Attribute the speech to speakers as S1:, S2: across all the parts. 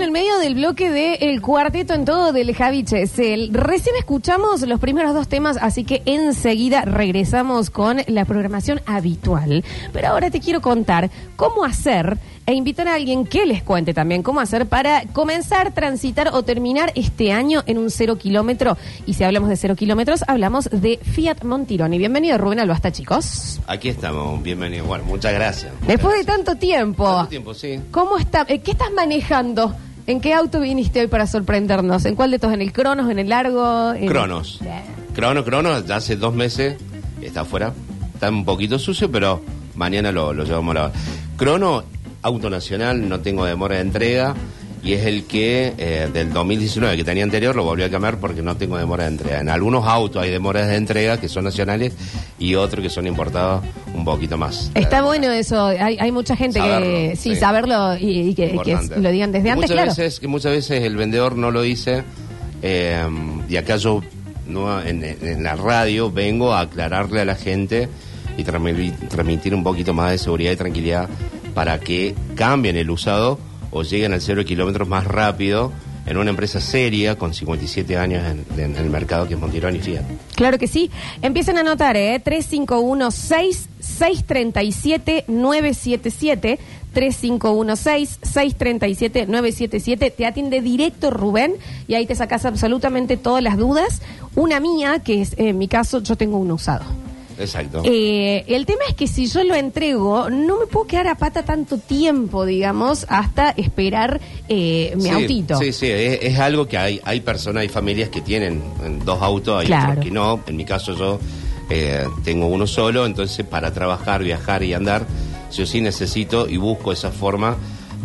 S1: el medio del bloque de El Cuarteto en Todo del Javi Chesel. Recién escuchamos los primeros dos temas, así que enseguida regresamos con la programación habitual. Pero ahora te quiero contar cómo hacer e invitar a alguien que les cuente también cómo hacer para comenzar, transitar o terminar este año en un cero kilómetro. Y si hablamos de cero kilómetros, hablamos de Fiat Montironi. Bienvenido Rubén al Basta, chicos.
S2: Aquí estamos, bienvenidos. Bueno, muchas gracias. Muchas
S1: Después de
S2: gracias.
S1: tanto tiempo,
S2: Tanto tiempo, sí.
S1: ¿cómo está? eh, ¿Qué estás manejando? ¿En qué auto viniste hoy para sorprendernos? ¿En cuál de todos? ¿En el Cronos? ¿En el Largo? ¿En-
S2: Cronos.
S1: Bien.
S2: Crono, Crono, ya hace dos meses está afuera. Está un poquito sucio, pero mañana lo, lo llevamos a lavar. Crono, auto nacional, no tengo demora de entrega. Y es el que eh, del 2019 que tenía anterior lo volví a cambiar porque no tengo demora de entrega. En algunos autos hay demoras de entrega que son nacionales y otros que son importados un poquito más.
S1: Está bueno eso. Hay, hay mucha gente que.
S2: Saberlo,
S1: Sí,
S2: sí.
S1: saberlo y, y que, que
S2: Importante.
S1: lo digan desde
S2: Y
S1: antes,
S2: muchas
S1: claro.
S2: Veces, que muchas veces el vendedor no lo dice eh, y acá yo no, en, en la radio vengo a aclararle a la gente y transmi- transmitir un poquito más de seguridad y tranquilidad para que cambien el usado o lleguen al cero kilómetros más rápido en una empresa seria con 57 años en, en el mercado que es Montirón y Fiat.
S1: Claro que sí. Empiecen a anotar, ¿eh? 351-6-637-977. 3516-637-977. Te atiende directo Rubén y ahí te sacas absolutamente todas las dudas. Una mía, que es eh, en mi caso, yo tengo un usado.
S2: Exacto.
S1: Eh, el tema es que si yo lo entrego, no me puedo quedar a pata tanto tiempo, digamos, hasta esperar eh, mi
S2: Sí,
S1: autito.
S2: Sí, sí, es, es algo que hay, hay personas, hay familias que tienen eh, dos autos, hay
S1: Claro.
S2: otros que no. En mi caso yo eh, tengo uno solo, entonces para trabajar, viajar y andar, yo sí necesito y busco esa forma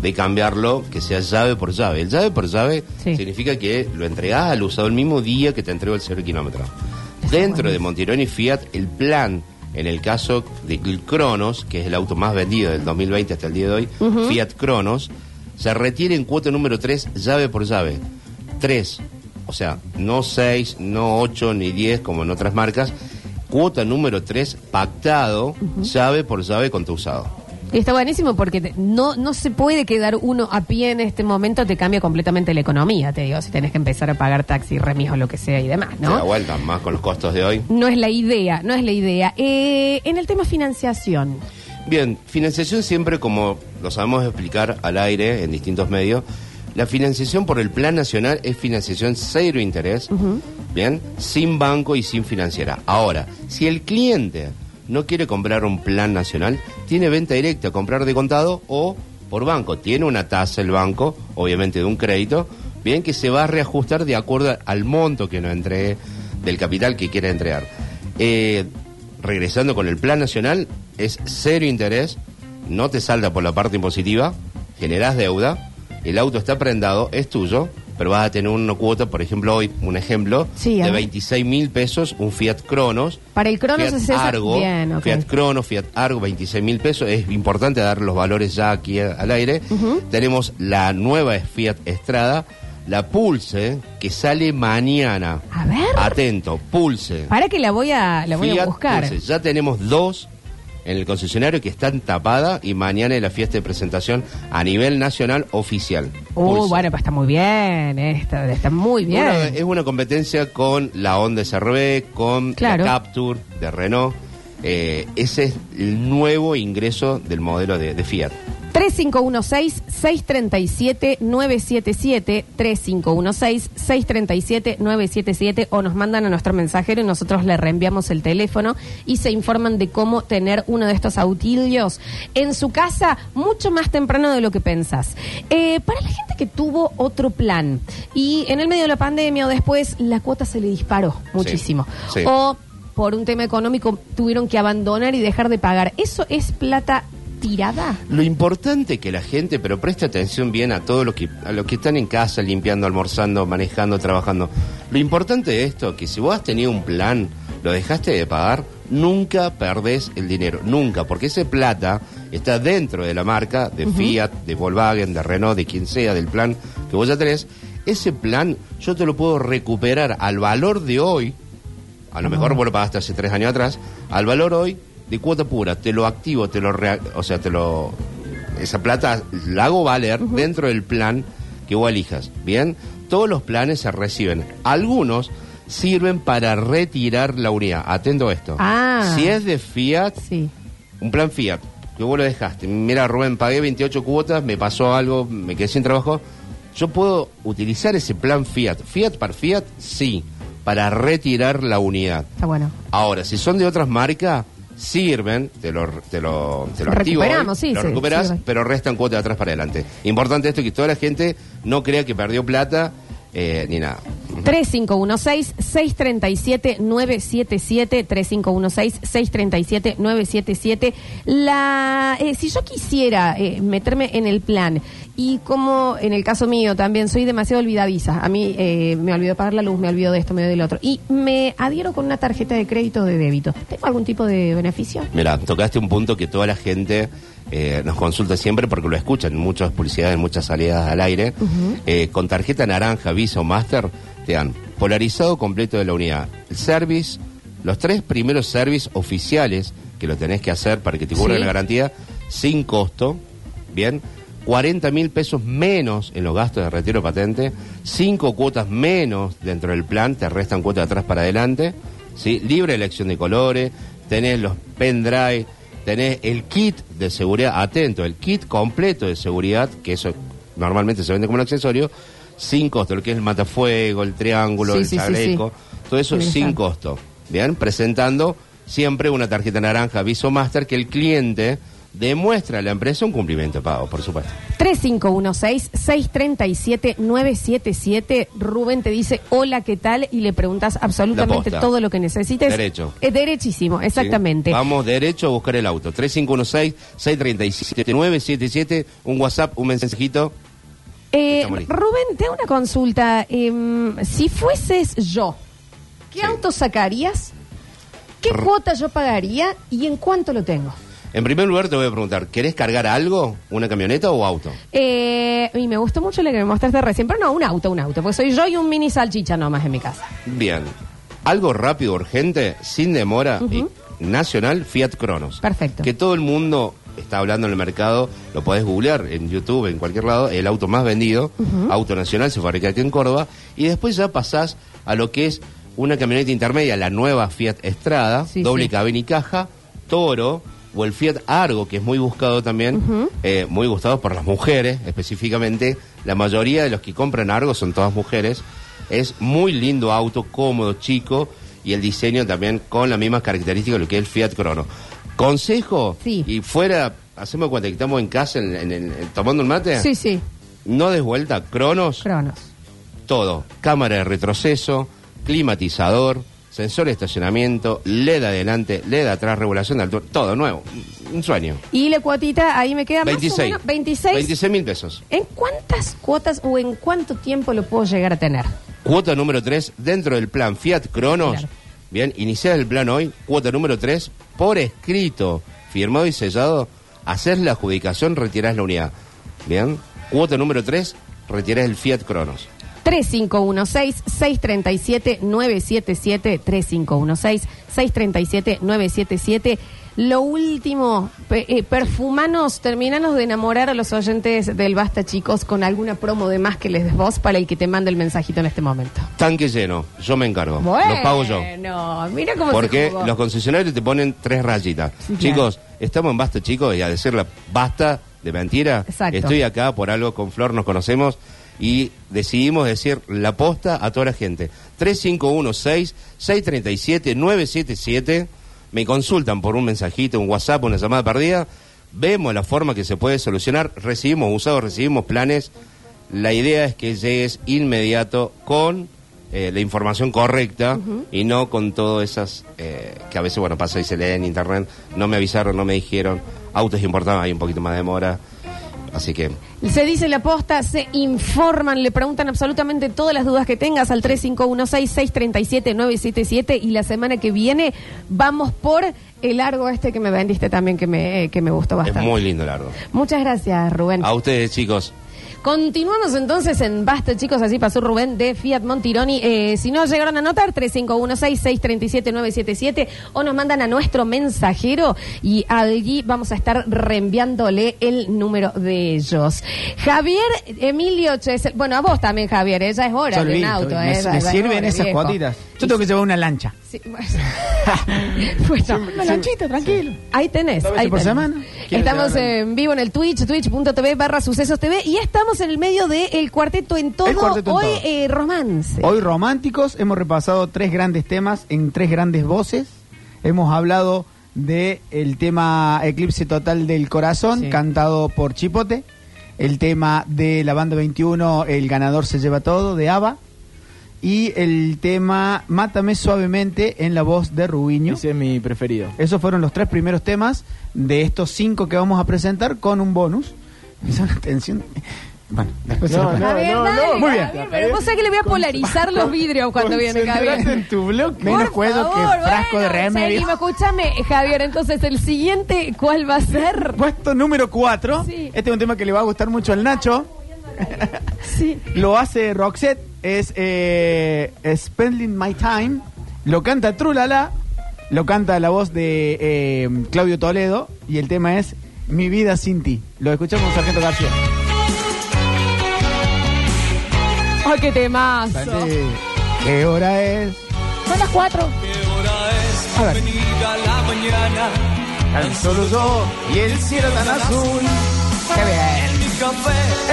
S2: de cambiarlo, que sea llave por llave. El llave por llave
S1: Sí.
S2: significa que lo entregás al usado el mismo día que te entregó el cero kilómetro. Dentro de Montironi y Fiat, el plan, en el caso del Cronos, que es el auto más vendido del 2020 hasta el día de hoy, Fiat Cronos, se retiene en cuota número 3, llave por llave. 3, o sea, no 6, no 8, ni 10, como en otras marcas. Cuota número 3, pactado, llave por llave con tu usado.
S1: Y está buenísimo porque te- no, no se puede quedar uno a pie en este momento, te cambia completamente la economía, te digo, si tenés que empezar a pagar taxi, remis o lo que sea y demás,
S2: Se da
S1: ¿no?
S2: vuelta, más con los costos de hoy.
S1: No es la idea, no es la idea. Eh, en el tema financiación,
S2: Bien, financiación siempre, como lo sabemos explicar al aire en distintos medios, la financiación por el Plan Nacional es financiación cero interés, bien, sin banco y sin financiera. Ahora, si el cliente no quiere comprar un Plan Nacional, tiene venta directa, comprar de contado o por banco. Tiene una tasa el banco, obviamente de un crédito, bien, que se va a reajustar de acuerdo al monto que nos entregue del capital que quiera entregar. Eh, regresando con el plan nacional, es cero interés, no te salta por la parte impositiva, generás deuda, el auto está prendado, es tuyo, pero vas a tener una cuota, por ejemplo, hoy, un ejemplo,
S1: Sí, a
S2: de
S1: ver.
S2: 26 mil pesos, un Fiat Cronos.
S1: Para el Cronos
S2: Fiat
S1: es esa-
S2: Argo,
S1: Bien, ok.
S2: Fiat Cronos, Fiat Argo, 26 mil pesos. Es importante dar los valores ya aquí a- al aire. Tenemos la nueva Fiat Estrada, la Pulse, que sale mañana.
S1: A ver.
S2: Atento, Pulse.
S1: para que la voy a, la voy a
S2: Ah. Fiat
S1: buscar.
S2: Pulse. Ya tenemos dos en el concesionario que están tapadas y mañana es la fiesta de presentación a nivel nacional oficial.
S1: Uh,
S2: Pulse.
S1: bueno, pues está muy bien, eh, está, está muy bien.
S2: Una- es una competencia con la Honda SRB, con
S1: Claro.
S2: la Capture de Renault. Eh, ese es el nuevo ingreso del modelo de, de Fiat.
S1: 3516-637-977, 3516-637-977 o nos mandan a nuestro mensajero y nosotros le reenviamos el teléfono y se informan de cómo tener uno de estos autillos en su casa mucho más temprano de lo que pensás. Eh, para la gente que tuvo otro plan y en el medio de la pandemia o después la cuota se le disparó muchísimo
S2: sí.
S1: o por un tema económico tuvieron que abandonar y dejar de pagar, ¿eso es plata tirada?
S2: Lo importante que la gente, pero preste atención bien a todos los que, a los que están en casa limpiando, almorzando, manejando, trabajando. Lo importante de esto, que si vos has tenido un plan, lo dejaste de pagar, nunca perdés el dinero, nunca, porque ese plata está dentro de la marca de Fiat, de Volkswagen, de Renault, de quien sea, del plan que vos ya tenés. Ese plan yo te lo puedo recuperar al valor de hoy, a lo mejor vos lo pagaste hace tres años atrás, al valor hoy de cuota pura, te lo activo, te lo rea- o sea, te lo esa plata la hago valer dentro del plan que vos elijas. Bien, todos los planes se reciben. Algunos sirven para retirar la unidad. Atento a esto.
S1: Ah.
S2: Si es de Fiat,
S1: Sí.
S2: un plan Fiat, que vos lo dejaste. Mira, Rubén, pagué 28 cuotas, me pasó algo, me quedé sin trabajo. Yo puedo utilizar ese plan Fiat. Fiat para Fiat, sí, para retirar la unidad.
S1: Está bueno.
S2: Ahora, si son de otras marcas, sirven, te lo, te lo, te lo activo hoy,
S1: Recuperamos, sí,
S2: lo
S1: sí,
S2: recuperás,
S1: sirve.
S2: pero restan cuota de atrás para adelante. Importante esto que toda la gente no crea que perdió plata eh, ni nada.
S1: 3516-637-977, 3516-637-977. La, eh, si yo quisiera eh, meterme en el plan, y como en el caso mío también soy demasiado olvidadiza, a mí eh, me olvido pagar la luz, me olvido de esto, me olvido del otro, y me adhiero con una tarjeta de crédito o de débito, ¿tengo algún tipo de beneficio?
S2: Mira, tocaste un punto que toda la gente eh, nos consulta siempre porque lo escuchan en muchas publicidades, en muchas salidas al aire. Eh, con tarjeta naranja, Visa o Master, te dan polarizado completo de la unidad. El service, los tres primeros service oficiales que lo tenés que hacer para que te cubra
S1: Sí.
S2: la garantía, sin costo, ¿bien? 40 mil pesos menos en los gastos de retiro de patente, cinco cuotas menos dentro del plan, te restan cuotas de atrás para adelante, ¿sí? libre elección de colores, tenés los pendrive, tenés el kit de seguridad, atento, el kit completo de seguridad, que eso normalmente se vende como un accesorio, sin costo, lo que es el matafuego, el triángulo,
S1: Sí,
S2: el
S1: sí, sí, sí.
S2: chaleco, todo eso
S1: Interesante.
S2: sin costo. Bien, presentando siempre una tarjeta naranja Viso Master que el cliente demuestra a la empresa un cumplimiento de pago, por supuesto.
S1: 3516-637-977. Rubén te dice hola, ¿qué tal? Y le preguntas absolutamente
S2: La posta.
S1: todo lo que necesites.
S2: Derecho.
S1: Es derechísimo, exactamente.
S2: ¿Sí? Vamos derecho a buscar el auto. 3516-637-977, un WhatsApp, un mensajito.
S1: Eh,
S2: Está bonito.
S1: Rubén, te hago una consulta. Em, si fueses yo, ¿qué
S2: Sí.
S1: auto sacarías? ¿Qué cuota yo pagaría? ¿Y en cuánto lo tengo?
S2: En primer lugar te voy a preguntar, ¿querés cargar algo? ¿Una camioneta o auto?
S1: Eh, y me gustó mucho la que me mostraste recién, pero no, un auto, un auto, porque soy yo y un mini salchicha nomás en mi casa.
S2: Bien. Algo rápido, urgente, sin demora,
S1: Ujú.
S2: y nacional, Fiat Cronos.
S1: Perfecto.
S2: Que todo el mundo está hablando en el mercado, lo podés googlear en YouTube, en cualquier lado, el auto más vendido, auto nacional, se fabrica aquí en Córdoba, y después ya pasás a lo que es una camioneta intermedia, la nueva Fiat Estrada,
S1: Sí,
S2: doble
S1: sí.
S2: cabina y caja, Toro, o el Fiat Argo, que es muy buscado también, eh, muy gustado por las mujeres específicamente, la mayoría de los que compran Argo son todas mujeres, es muy lindo auto, cómodo, chico, y el diseño también con las mismas características de lo que es el Fiat Crono. Consejo,
S1: Sí.
S2: y fuera, hacemos cuenta que estamos en casa en- en- en- tomando un mate,
S1: Sí, sí,
S2: no des vuelta, Cronos,
S1: Cronos.
S2: todo. Cámara de retroceso, climatizador, sensor de estacionamiento, LED adelante, LED atrás, regulación de altura, todo nuevo. Un sueño.
S1: Y la cuotita, ahí me queda más o
S2: 26.
S1: menos 26
S2: mil pesos.
S1: ¿En cuántas cuotas o en cuánto tiempo lo puedo llegar a tener?
S2: Cuota número 3 dentro del plan Fiat Cronos.
S1: Claro.
S2: Bien, iniciás el plan hoy. Cuota número 3 por escrito, firmado y sellado. Haces la adjudicación, retirás la unidad. Bien, cuota número 3, retirás el Fiat Cronos.
S1: 3516-637-977, 3516-637-977. Lo último, pe- eh, perfumanos, terminanos de enamorar a los oyentes del Basta Chicos con alguna promo de más que les des vos para el que te mande el mensajito en este momento.
S2: Tanque lleno, yo me encargo. Lo pago yo.
S1: No, mira cómo se
S2: Porque
S1: jugó.
S2: los concesionarios te ponen tres rayitas.
S1: Sí,
S2: Chicos, estamos en basta, chicos, y a decirle basta de mentira.
S1: Exacto.
S2: Estoy acá por algo con Flor, nos conocemos y decidimos decir la posta a toda la gente. 3516-637-977. Me consultan por un mensajito, un WhatsApp, una llamada perdida. Vemos la forma que se puede solucionar. Recibimos usados, recibimos planes. La idea es que llegues inmediato con eh, la información correcta y no con todas esas eh, que a veces, bueno, pasa y se lee en internet. No me avisaron, no me dijeron. Autos importados, hay un poquito más de demora. Así que
S1: Se dice la posta, se informan, le preguntan absolutamente todas las dudas que tengas al 3516-637-977 y la semana que viene vamos por el largo este que me vendiste también que me, eh, que me gustó
S2: es
S1: bastante.
S2: muy lindo largo.
S1: Muchas gracias, Rubén.
S2: A ustedes, chicos.
S1: Continuamos entonces en Basta, chicos. Así pasó Rubén de Fiat Montironi. Eh, si no llegaron a anotar, 351-6637-977 o nos mandan a nuestro mensajero y allí vamos a estar reenviándole el número de ellos. Javier Emilio Chesel. Bueno, a vos también, Javier. eh, Ya es hora
S3: Yo
S1: de un
S3: listo,
S1: auto.
S3: me,
S1: eh, ya-
S3: me
S1: ya es
S3: sirven
S1: hora,
S3: esas
S1: viejo.
S3: cuotitas. Yo tengo que llevar una lancha.
S1: Sí, bueno, bueno,
S3: Una lanchita, tranquilo.
S1: Ahí tenés.
S3: Dos veces
S1: ahí
S3: por
S1: tenés.
S3: semana. ¿Quién
S1: Estamos
S3: te habla?
S1: en vivo en el Twitch, twitch.tv barra sucesos TV y estamos en el medio del cuarteto en todo.
S3: El cuarteto en
S1: Hoy
S3: todo.
S1: eh, romance.
S3: Hoy románticos, hemos repasado tres grandes temas en tres grandes voces. Hemos hablado de el tema Eclipse Total del Corazón,
S1: Sí.
S3: cantado por Chipote. El tema de la banda 21, El ganador se lleva todo, de ABBA. Y el tema Mátame suavemente en la voz de Rubiño.
S4: Ese es mi preferido.
S3: Esos fueron los tres primeros temas de estos cinco que vamos a presentar con un bonus. Es una tensión. Bueno, después se lo
S4: No,
S3: cuento.
S1: A ver,
S4: no,
S1: dale,
S4: no,
S1: Javier,
S4: muy bien.
S1: Pero vos sabés que le voy a polarizar los vidrios cuando viene Javier.
S4: Concentrate en tu bloque.
S3: Menos
S1: Por
S3: cuedo que
S1: favor,
S3: frasco de remedio.
S1: seguimos. escúchame, Javier. Entonces, el siguiente, ¿cuál va a ser?
S3: Puesto número 4.
S1: Sí.
S3: Este es un tema que le va a gustar mucho al Nacho.
S1: Sí.
S3: Lo hace Roxette. Es eh, Spending My Time. Lo canta Trulala. Lo canta la voz de eh, Claudio Toledo. Y el tema es Mi vida sin ti. Lo escuchamos, Sargento García.
S1: ¡Ay, qué temazo!
S3: Sí. ¿Qué hora es?
S1: Son las cuatro.
S3: A ver. Tan solo yo y el cielo tan azul. Qué bien.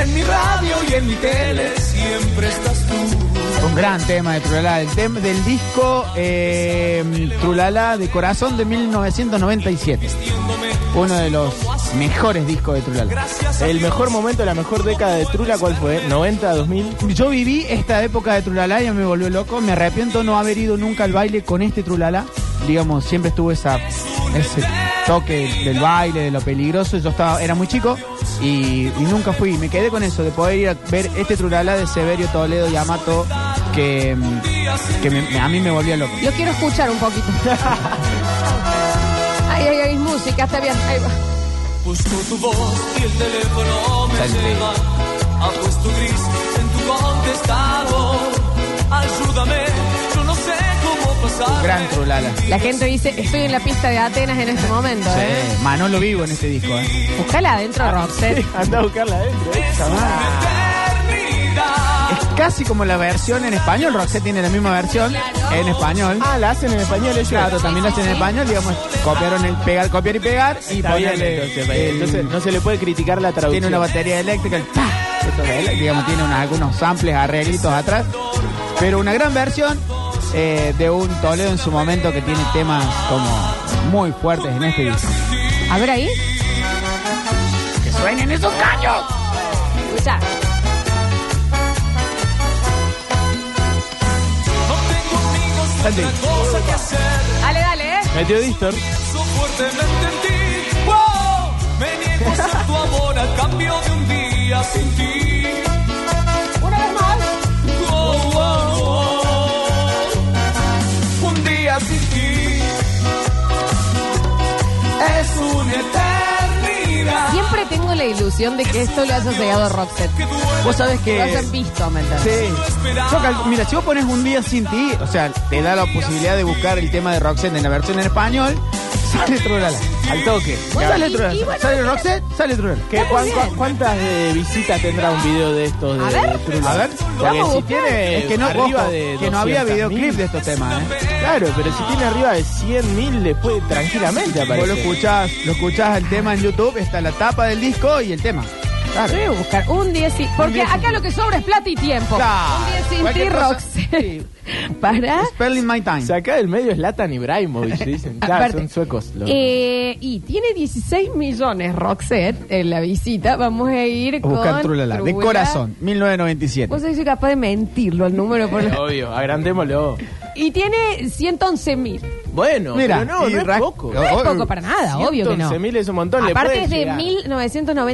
S3: En mi radio y en mi tele
S5: siempre estás tú.
S3: Un gran tema de Trulala, el tema del disco eh, Trulala de Corazón de 1997. Uno de los mejores discos de Trulala.
S4: El mejor momento, la mejor década de Trula, ¿cuál fue? ¿90, 2000?
S3: Yo viví esta época de Trulala y me volvió loco. Me arrepiento no haber ido nunca al baile con este Trulala. Digamos, siempre estuvo esa, ese toque del baile, de lo peligroso. Yo estaba, era muy chico y, y nunca fui. Me quedé con eso, de poder ir a ver este Trulala de Severio Toledo y Amato, que, mm, que me- me- a mí me volvía loco.
S1: Lo quiero escuchar un poquito. ay, ay, ay, música, está bien. Ahí va.
S5: Busco tu voz y el teléfono me
S3: Sale.
S5: lleva a puesto gris en tu contestador. Ayúdame, yo no sé cómo pasar.
S3: Gran Trulala.
S1: La gente dice, estoy en la pista de Atenas en este momento. ¿eh?
S3: Sí. Manolo vivo en este disco, ¿eh?
S1: Buscala adentro, Roxette.
S4: Anda a buscarla adentro. ¿eh?
S5: Eternidad.
S3: Ah, Es casi como la versión en español. Roxette tiene la misma versión en español.
S4: Ah, la hacen en español ellos.
S3: Claro, también lo hacen en español, digamos, copiaron el pegar, copiar y pegar y
S4: Está bien,
S3: ponerle
S4: entonces, está bien.
S3: el-
S4: Entonces, no se le puede criticar la traducción.
S3: tiene una batería eléctrica, el pa, eso de elec- digamos, tiene unos- algunos samples, arreglitos atrás, pero una gran versión eh, de un Toledo en su momento que tiene temas como muy fuertes en este disco.
S1: A ver ahí.
S3: ¡Que suenen esos caños!
S1: Escucha.
S5: No tengo amigos,
S3: Santi.
S5: otra cosa que hacer.
S1: Dale, dale, ¿eh?
S4: Metió Distor.
S5: Pienso fuertemente en ti. Wow, me niego a ser tu amor a cambio de un día sin ti.
S1: Una vez más.
S5: Wow, wow, wow. oh, Un día sin ti es una eternidad.
S1: Siempre tengo la ilusión de que esto lo haya llegado Roxette.
S5: Que duele
S3: Vos sabés
S1: Lo
S3: que...
S1: hayan visto, ¿me entendés?
S3: Sí. Yo cal- mira, si vos pones un día sin ti, o sea, te da la posibilidad de buscar el tema de Roxette en la versión en español, sale Trulala. Al toque.
S1: Bueno,
S3: sale
S1: y-
S3: Trulala.
S1: y bueno,
S3: sale Roxette, sale Trulala.
S4: ¿Qué,
S1: Está
S4: cuán-
S1: muy
S4: cuán-
S1: bien.
S4: ¿Cuántas eh, visitas tendrá un video de estos de
S1: A ver.
S4: Trula?
S3: A ver,
S4: Porque
S1: vamos a
S4: si
S1: buscar.
S4: tiene
S3: Es que no,
S4: arriba
S3: ojo,
S4: de
S3: que no había
S4: 200.000.
S3: videoclip de estos temas, ¿eh?
S4: Claro, pero si tiene arriba de 100.000 le puede tranquilamente
S3: Vos
S4: aparecer.
S3: lo escuchás, lo escuchás el tema en YouTube, está la tapa del disco y el tema. Claro.
S1: Yo voy a buscar un día sin... Porque
S3: día sin
S1: acá lo que sobra es plata y tiempo.
S3: Claro.
S1: Un día sin ti,
S3: Cualquier cosa.
S1: Roxette. Para...
S3: Spelling My Time.
S4: Sacá del medio Zlatan Ibrahimovic, dicen. Claro,
S1: Aparte,
S4: son suecos. los-
S1: eh, y tiene 16 millones, Roxette, en la visita. Vamos a ir
S3: A buscar
S1: con...
S3: Trulala. De
S1: Trulala.
S3: corazón,
S1: Vos
S3: 1997.
S1: sois capaz de mentirlo al número. Por la-
S4: Obvio, agrandémoslo.
S1: Y tiene 111 mil.
S4: Bueno,
S3: Mira,
S4: pero no,
S3: y
S4: no es
S3: ra-
S4: poco.
S1: No es
S3: Oh,
S1: poco para nada, obvio que no.
S4: 111.000 es un montón. le
S1: Aparte
S4: puede
S1: es de
S4: llegar.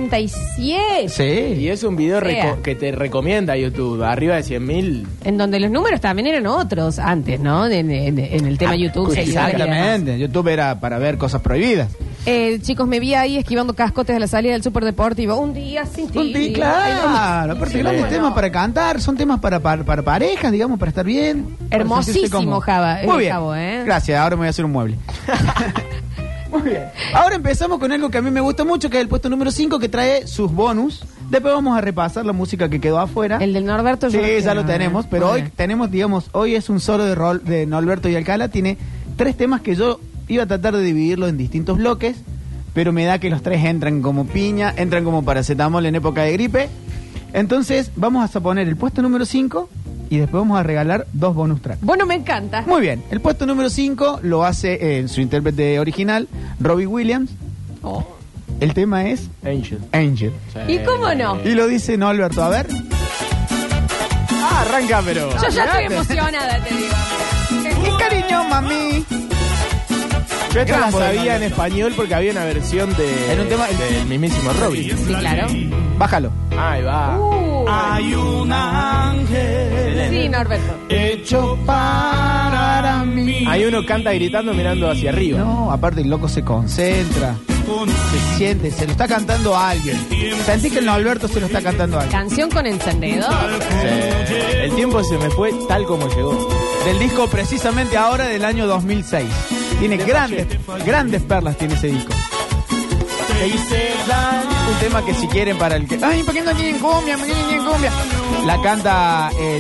S1: 1997,
S4: Y
S3: Sí.
S4: es un video
S1: Sea.
S4: reco- que te recomienda YouTube. Arriba de 100.000.
S1: en donde los números también eran otros
S3: Ah,
S1: antes, ¿no? En, en- en el tema YouTube. seguidores y demás.
S3: Exactamente. YouTube era para ver cosas prohibidas.
S1: Eh, chicos, me vi ahí esquivando cascotes a la salida del superdeportivo. Un día sin ti.
S3: Un ti- claro,
S1: Ay,
S3: aparte
S1: sí,
S3: grandes
S1: bueno.
S3: temas para cantar, son temas para, para, para parejas, digamos, para estar bien. para
S1: Hermosísimo,
S3: sentirse cómodo.
S1: Java, eh,
S3: Muy bien.
S1: Javo, ¿eh?
S3: Gracias, ahora me voy a hacer un mueble. Muy bien. Ahora empezamos con algo que a mí me gusta mucho, que es el puesto número 5, que trae sus bonus. Después vamos a repasar la música que quedó afuera.
S1: El del Norberto yo
S3: Sí,
S1: lo
S3: ya
S1: quiero,
S3: lo tenemos,
S1: eh.
S3: pero
S1: Muy
S3: hoy
S1: bien.
S3: tenemos, digamos, hoy es un solo de rol de Norberto y Alcala. Tiene tres temas que yo iba a tratar de dividirlo en distintos bloques, pero me da que los tres entran como piña, entran como paracetamol en época de gripe. Entonces, vamos a poner el puesto número 5 y después vamos a regalar dos bonus tracks.
S1: Bueno, me encanta.
S3: Muy bien, el puesto número 5 lo hace eh, en su intérprete original, Robbie Williams.
S1: Oh.
S3: El tema es
S4: Angel.
S3: Angel.
S1: ¿Y cómo no?
S3: Y lo dice Norberto, a ver.
S4: Ah, arranca, pero.
S1: Yo ya estoy
S3: Mirate.
S1: emocionada, te digo.
S3: ¡Qué cariño, mami!
S4: Yo esta la
S3: Gran poder,
S4: sabía en
S3: Norberto.
S4: español porque había una versión de.
S3: Era un tema-
S4: del mismísimo Robbie.
S1: Sí, claro.
S3: Bájalo.
S4: Ahí va.
S1: Uh,
S5: Hay un ángel
S1: sí, Norberto.
S5: hecho para mí.
S4: Hay uno canta gritando mirando hacia arriba.
S3: No, aparte el loco se concentra,
S5: con
S3: se siente, se lo está cantando a alguien. Sentí que el Alberto se lo está cantando a alguien.
S1: Canción con encendedor.
S4: Eh, el tiempo se me fue tal como llegó.
S3: Del disco precisamente ahora del año 2006. Tiene grandes, grandes perlas tiene ese disco. Un tema que si quieren para el que... Ay, ¿por qué no tienen cumbia? ¿Por qué no tienen cumbia? La canta el...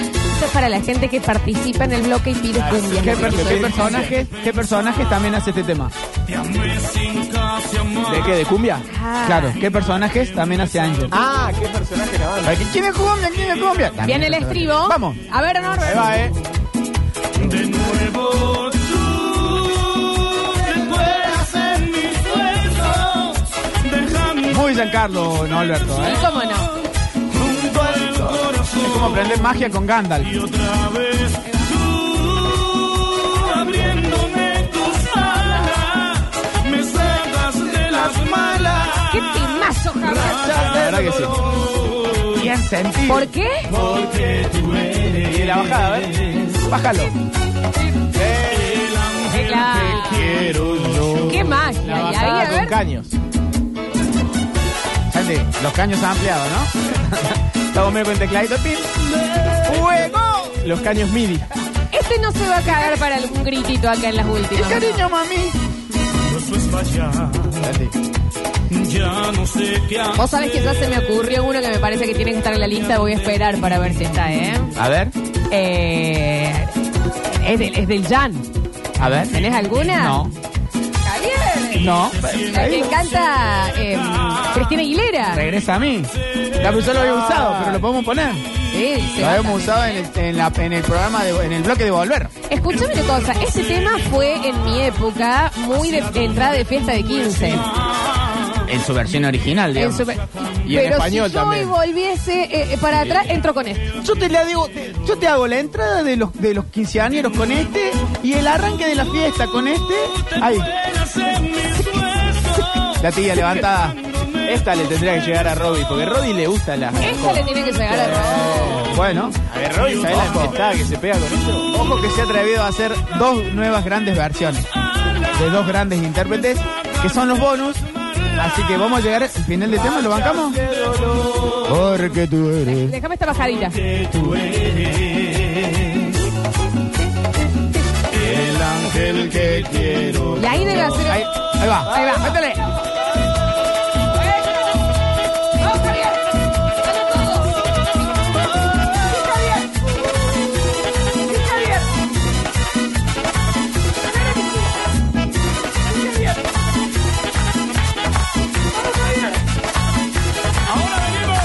S1: Esto es para la gente que participa en el bloque y pide cumbia.
S3: ¿Qué,
S1: No sé
S3: per-
S1: si
S3: qué
S1: soy persona.
S3: personajes, ¿Qué personajes también hace este tema?
S4: ¿De qué? ¿De cumbia?
S1: Ah.
S3: Claro, ¿qué personajes también hace Ángel?
S4: Ah, qué personaje la banda.
S3: Ay, que ¿Quién es cumbia? ¿Quién es cumbia? También
S1: Viene el
S3: hace-
S1: estribo.
S3: Vamos.
S1: A ver,
S4: Ahí
S1: Norberto.
S4: va, eh.
S5: De nuevo tú te cuelas en mis sueños, dejando
S3: Muy Giancarlo, no Alberto, ¿eh?
S1: ¿Y cómo no?
S5: junto al corazón.
S3: Como aprender magia con Gandalf.
S5: Y otra vez tú, abriéndome tus alas, me sacas de las malas.
S1: ¡Qué timazo, jamás!
S4: La verdad que sí.
S3: Bien sentido.
S1: ¿Por qué?
S5: Porque tú eres
S4: Y la bajada, a ver. Bájalo.
S5: el ángel
S1: Claro.
S5: que quiero yo.
S1: ¡Qué magia!
S4: La
S1: Y ahí,
S4: bajada
S1: a
S4: con
S1: ver.
S4: caños.
S3: Santi, los caños han ampliado, ¿no? Estamos medio con tecladito. pin. ¡Fuego!
S4: Los caños MIDI.
S1: Este no se va a cagar para algún gritito acá en las últimas.
S3: Cariño, mami.
S5: Eso es fallar. Ya no sé qué hacer.
S1: Vos sabés que ya se me ocurrió uno que me parece que tiene que estar en la lista. Voy a esperar para ver si está, ¿eh?
S3: A ver,
S1: eh es, del, es del Jan.
S3: a ver.
S1: ¿Tenés alguna?
S3: No.
S1: Javier.
S3: No.
S1: La que encanta eh, Cristina Aguilera.
S3: Regresa a mí. Ya, pero yo lo había usado, pero lo podemos poner.
S1: Sí, se
S3: Lo
S1: va también.
S3: habíamos usado en el, en la- en el programa, de- en el bloque de Volver.
S1: Escuchame una cosa, ese tema fue en mi época muy de de entrada de fiesta de 15.
S3: En su versión original,
S1: En super-
S4: Y en
S1: Pero
S4: español
S1: si yo
S4: también.
S1: hoy volviese eh, eh, para atrás, entro con esto.
S3: Yo te, la digo, te- yo te hago la entrada de los, de los quinceañeros con este y el arranque de la fiesta con este. Ahí. La tía levantada.
S4: Esta le tendría que llegar a Robbie, porque Robbie le gusta la.
S1: Esta le tiene que llegar a Rob.
S3: Bueno,
S4: A ver, Robbie, ¿sabes la empezada que se pega con esto?
S3: ojo que se ha atrevido a hacer dos nuevas grandes versiones de dos grandes intérpretes que son los bonus. Así que vamos a llegar al final del tema, ¿lo bancamos? Porque tú eres.
S1: Déjame esta bajadita.
S5: El ángel que quiero.
S1: Y ahí debe hacer.
S3: Ahí, ahí va, ahí va, métele.
S1: ¡Vamos, Javier! ¡Dale todo! ¡Sí, Javier! ¡Sí, Javier!
S5: Ahora venimos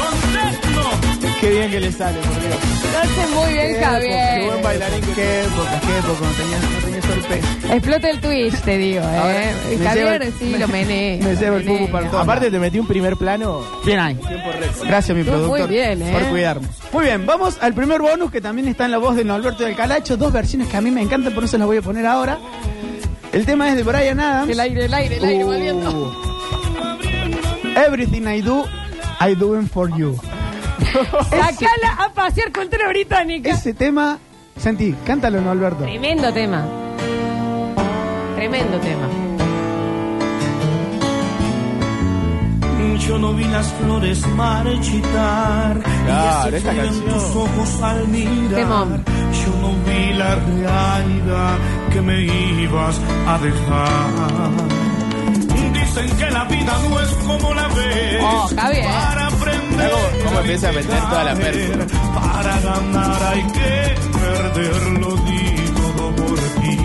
S5: con techno.
S4: Qué bien que le sale, por Dios.
S1: Lo hace muy bien,
S4: Qué buen
S1: Javier.
S4: bailarín que
S3: Qué época, qué época, no tenía, no tenía sorpresa.
S1: Explota el Twitch, te digo, ¿eh?
S3: me llevo
S1: Javier,
S3: el-
S1: sí, lo mené.
S3: me llevo el pupu para todo.
S4: Aparte, te metí un primer plano.
S3: Bien ahí. Gracias, mi
S1: Estuvo
S3: productor.
S1: muy bien, ¿eh?
S3: Por cuidarnos. Muy bien, vamos al primer bonus que también está en la voz de Norberto del Calacho. Dos versiones que a mí me encantan, por eso las voy a poner ahora. El tema es de Brian Adams.
S1: El aire, el aire, el aire,
S3: Uh,
S1: volviendo.
S3: Everything I do, I do it for you.
S1: Sacala a pasear con tres británicas.
S3: Ese tema, sentí, cántalo, Norberto.
S1: Tremendo tema. Tremendo tema.
S6: yo no vi las flores marchitar.
S4: Claro,
S6: Y
S4: esta
S6: desafiaron
S4: canción.
S6: Tus ojos al mirar.
S1: Temón.
S6: Yo no vi la realidad que me ibas a dejar. Dicen que la vida no es como la ves.
S1: Oh, Javier.
S6: Para aprender.
S4: Luego, ¿cómo empieza a meter toda la
S6: perla?
S4: perla?
S6: Para ganar hay que perderlo di todo por ti.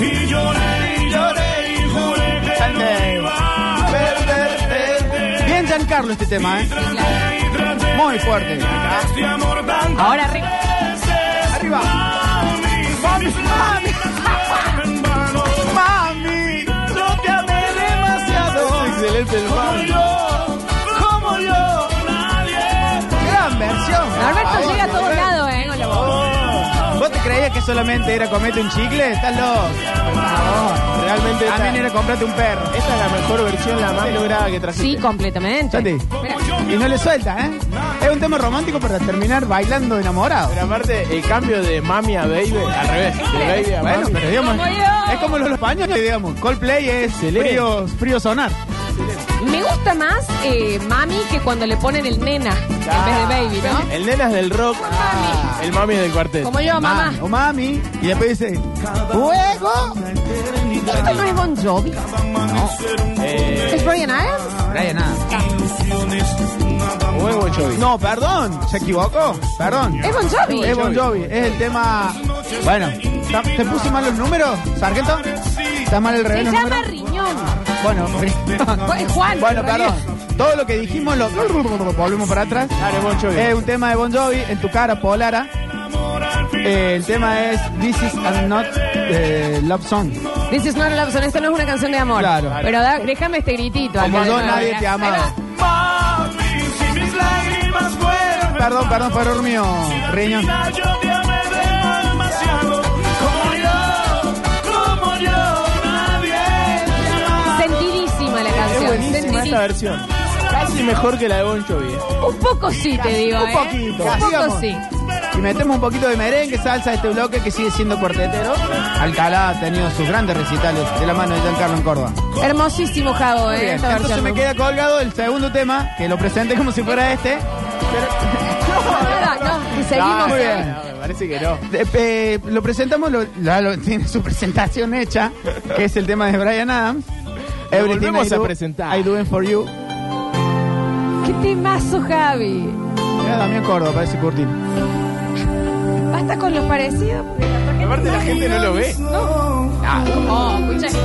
S6: Y lloré, y lloré, y juré que no iba a perderte.
S3: Bien Giancarlo este tema, ¿eh?
S6: Y traté
S3: Muy fuerte.
S6: este amor
S4: Ah.
S6: tantas
S1: Ahora arriba.
S6: veces.
S3: Arriba.
S6: Mami,
S3: Mami, mami,
S6: en vano.
S3: mami.
S6: Yo te amé demasiado.
S4: Excelente el
S6: Como yo, como yo, nadie.
S3: Gran versión. Ah,
S1: Norberto llega a todos lados, ¿eh? Con la voz.
S3: ¿Vos te creías que solamente era comete un chicle? Estás loco.
S4: Realmente esta,
S3: También era comprarte un perro.
S4: esta es la mejor versión, la más lograda que trajiste.
S1: Sí, completamente.
S3: Santi.
S1: Espera.
S3: Y no le suelta, ¿eh? Es un tema romántico para terminar bailando enamorado.
S4: Pero aparte, el cambio de mami a baby, al revés, de baby a
S3: Bueno,
S4: mami.
S3: pero digamos,
S1: Como yo.
S3: es como los españoles, digamos. Coldplay es
S4: Excelente.
S3: frío, frío sonar.
S1: Me gusta más eh, mami que cuando le ponen el nena en vez de baby, ¿no?
S4: El nena es del rock, ah, el mami es del cuartel.
S1: Como yo, Oh, mamá.
S3: Mami, o mami. Y después dice, ¡Juego!
S1: ¿Esto no es Bon Jovi? ¿Es Brian Adams?
S3: Brian Adams.
S4: Huevo Chovy.
S3: No, perdón, se equivocó. Perdón.
S1: ¿Es Bon Jovi?
S3: Es Bon Jovi, es el tema. Bueno, ¿ta- ¿te puse mal los números, sargento? ¿Está mal el
S1: Se
S3: revés? los
S1: llama
S3: números?
S1: Riñón.
S3: Bueno,
S1: Es Juan.
S3: bueno,
S1: en realidad.
S3: perdón. Todo lo que dijimos lo volvemos para atrás.
S4: Dale, Bon Jovi.
S3: Es un tema de Bon Jovi, en tu cara, Polara. Eh, el tema es This is a not eh, love song.
S1: This is not a love song. Esta no es una canción de amor.
S3: Claro.
S1: Pero da- déjame este gritito.
S3: Como
S1: acá de
S3: yo
S1: nuevo,
S3: nadie
S1: mira.
S3: te amaba.
S1: Ahí
S6: Mami, si mis lágrimas fueran
S3: Perdón, perdón, por error mío, riñón.
S6: vida, yo te amé demasiado. Como yo, como yo, nadie.
S1: va. Sentidísima la
S4: Es
S1: canción.
S4: buenísima esta
S1: Sentidísima.
S4: versión. Casi mejor que la de Bon Jovi. eh.
S1: Un poco sí, te digo.
S3: Un
S1: ¿eh?
S3: poquito.
S1: Un poco
S3: Digamos.
S1: sí.
S3: Y metemos un poquito de merengue, salsa a este bloque que sigue siendo cuartetero. Alcalá ha tenido sus grandes recitales de la mano de Giancarlo en Córdoba.
S1: Hermosísimo, Javo,
S3: Muy
S1: ¿eh?
S3: bien,
S1: Esta
S3: Entonces
S1: versión.
S3: me queda colgado el segundo tema, que lo presente como si fuera este.
S1: No, no, no, seguimos.
S3: Ah, muy
S1: ¿eh?
S3: bien.
S4: No, me parece que no.
S3: Eh, eh, lo presentamos, lo, ya lo- tiene su presentación hecha, que es el tema de Brian Adams.
S4: volvemos
S3: I do-
S4: a presentar.
S3: I do it for you.
S1: Qué temazo, Javi.
S3: Mira, Damián Córdoba, parece Curtin.
S1: Basta con los parecidos. porque la verdad que
S4: Aparte, la gente no lo ve.
S1: No. Oh, escucha. esto.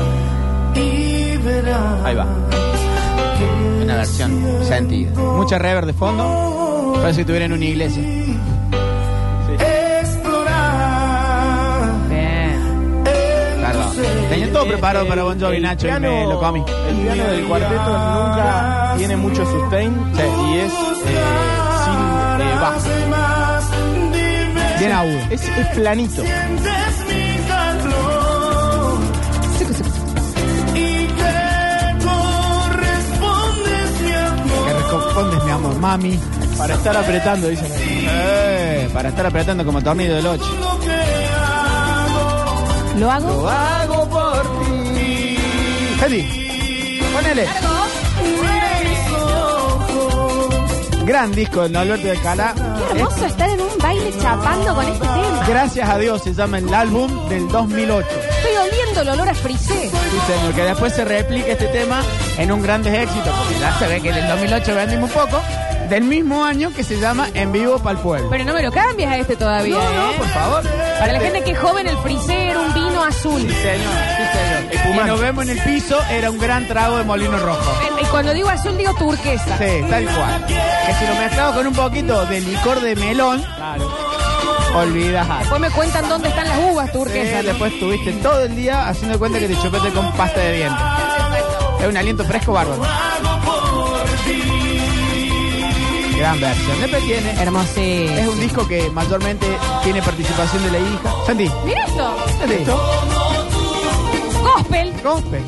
S3: Ahí va. Una versión sentida. Mucha reverb de fondo. Parece que estuviera en una iglesia.
S6: Explorar.
S1: Bien.
S3: Perdón. Tenía todo preparado para Bon Jovi,
S4: El
S3: Nacho, y
S4: piano-
S3: me lo comí.
S4: El piano del cuarteto nunca tiene mucho sustain y es eh, sin eh, bajo.
S6: Más, dime,
S3: Bien agudo.
S4: Es, es planito.
S6: ¿sientes mi calor? Y te correspondes mi amor.
S3: Que respondes, mi amor, mami.
S4: Para estar apretando, dicen. ahí.
S3: Eh, para estar apretando como tornillo del 8.
S6: Lo que hago
S1: ¿Lo hago?
S3: hago por ti. ponele. Gran disco de Alberto de Alcalá.
S1: Qué hermoso estar en un baile chapando con este tema.
S3: Eh, Gracias a Dios se llama el álbum del 2008.
S1: Estoy oliendo el olor a frisé.
S3: Sí, señor, que después se replique este tema en un grandes éxito. Porque ya se ve que en el 2008 vendimos un poco. Del mismo año que se llama En Vivo para el Pueblo.
S1: Pero no me lo cambies a este todavía,
S3: No,
S1: ¿eh?
S3: no, por favor.
S1: Para la gente que es joven, el frisé era un vino azul.
S3: Señor, sí, señor. Y nos vemos en el piso, era un gran trago de molino rojo.
S1: Eh, Y cuando digo azul, digo turquesa.
S3: Sí, tal cual. Que si lo mezclado con un poquito de licor de melón, olvidas algo.
S1: Después me cuentan dónde están las uvas
S3: Eh,
S1: turquesas.
S3: después estuviste todo el día haciendo de cuenta que te chupaste con pasta de dientes. Es un aliento fresco bárbaro. Gran versión. Después tiene.
S1: Hermoso.
S3: Es un disco que mayormente tiene participación de la hija. Santi,
S1: Mira esto.
S3: Santi,
S1: Gospel.
S3: Gospel.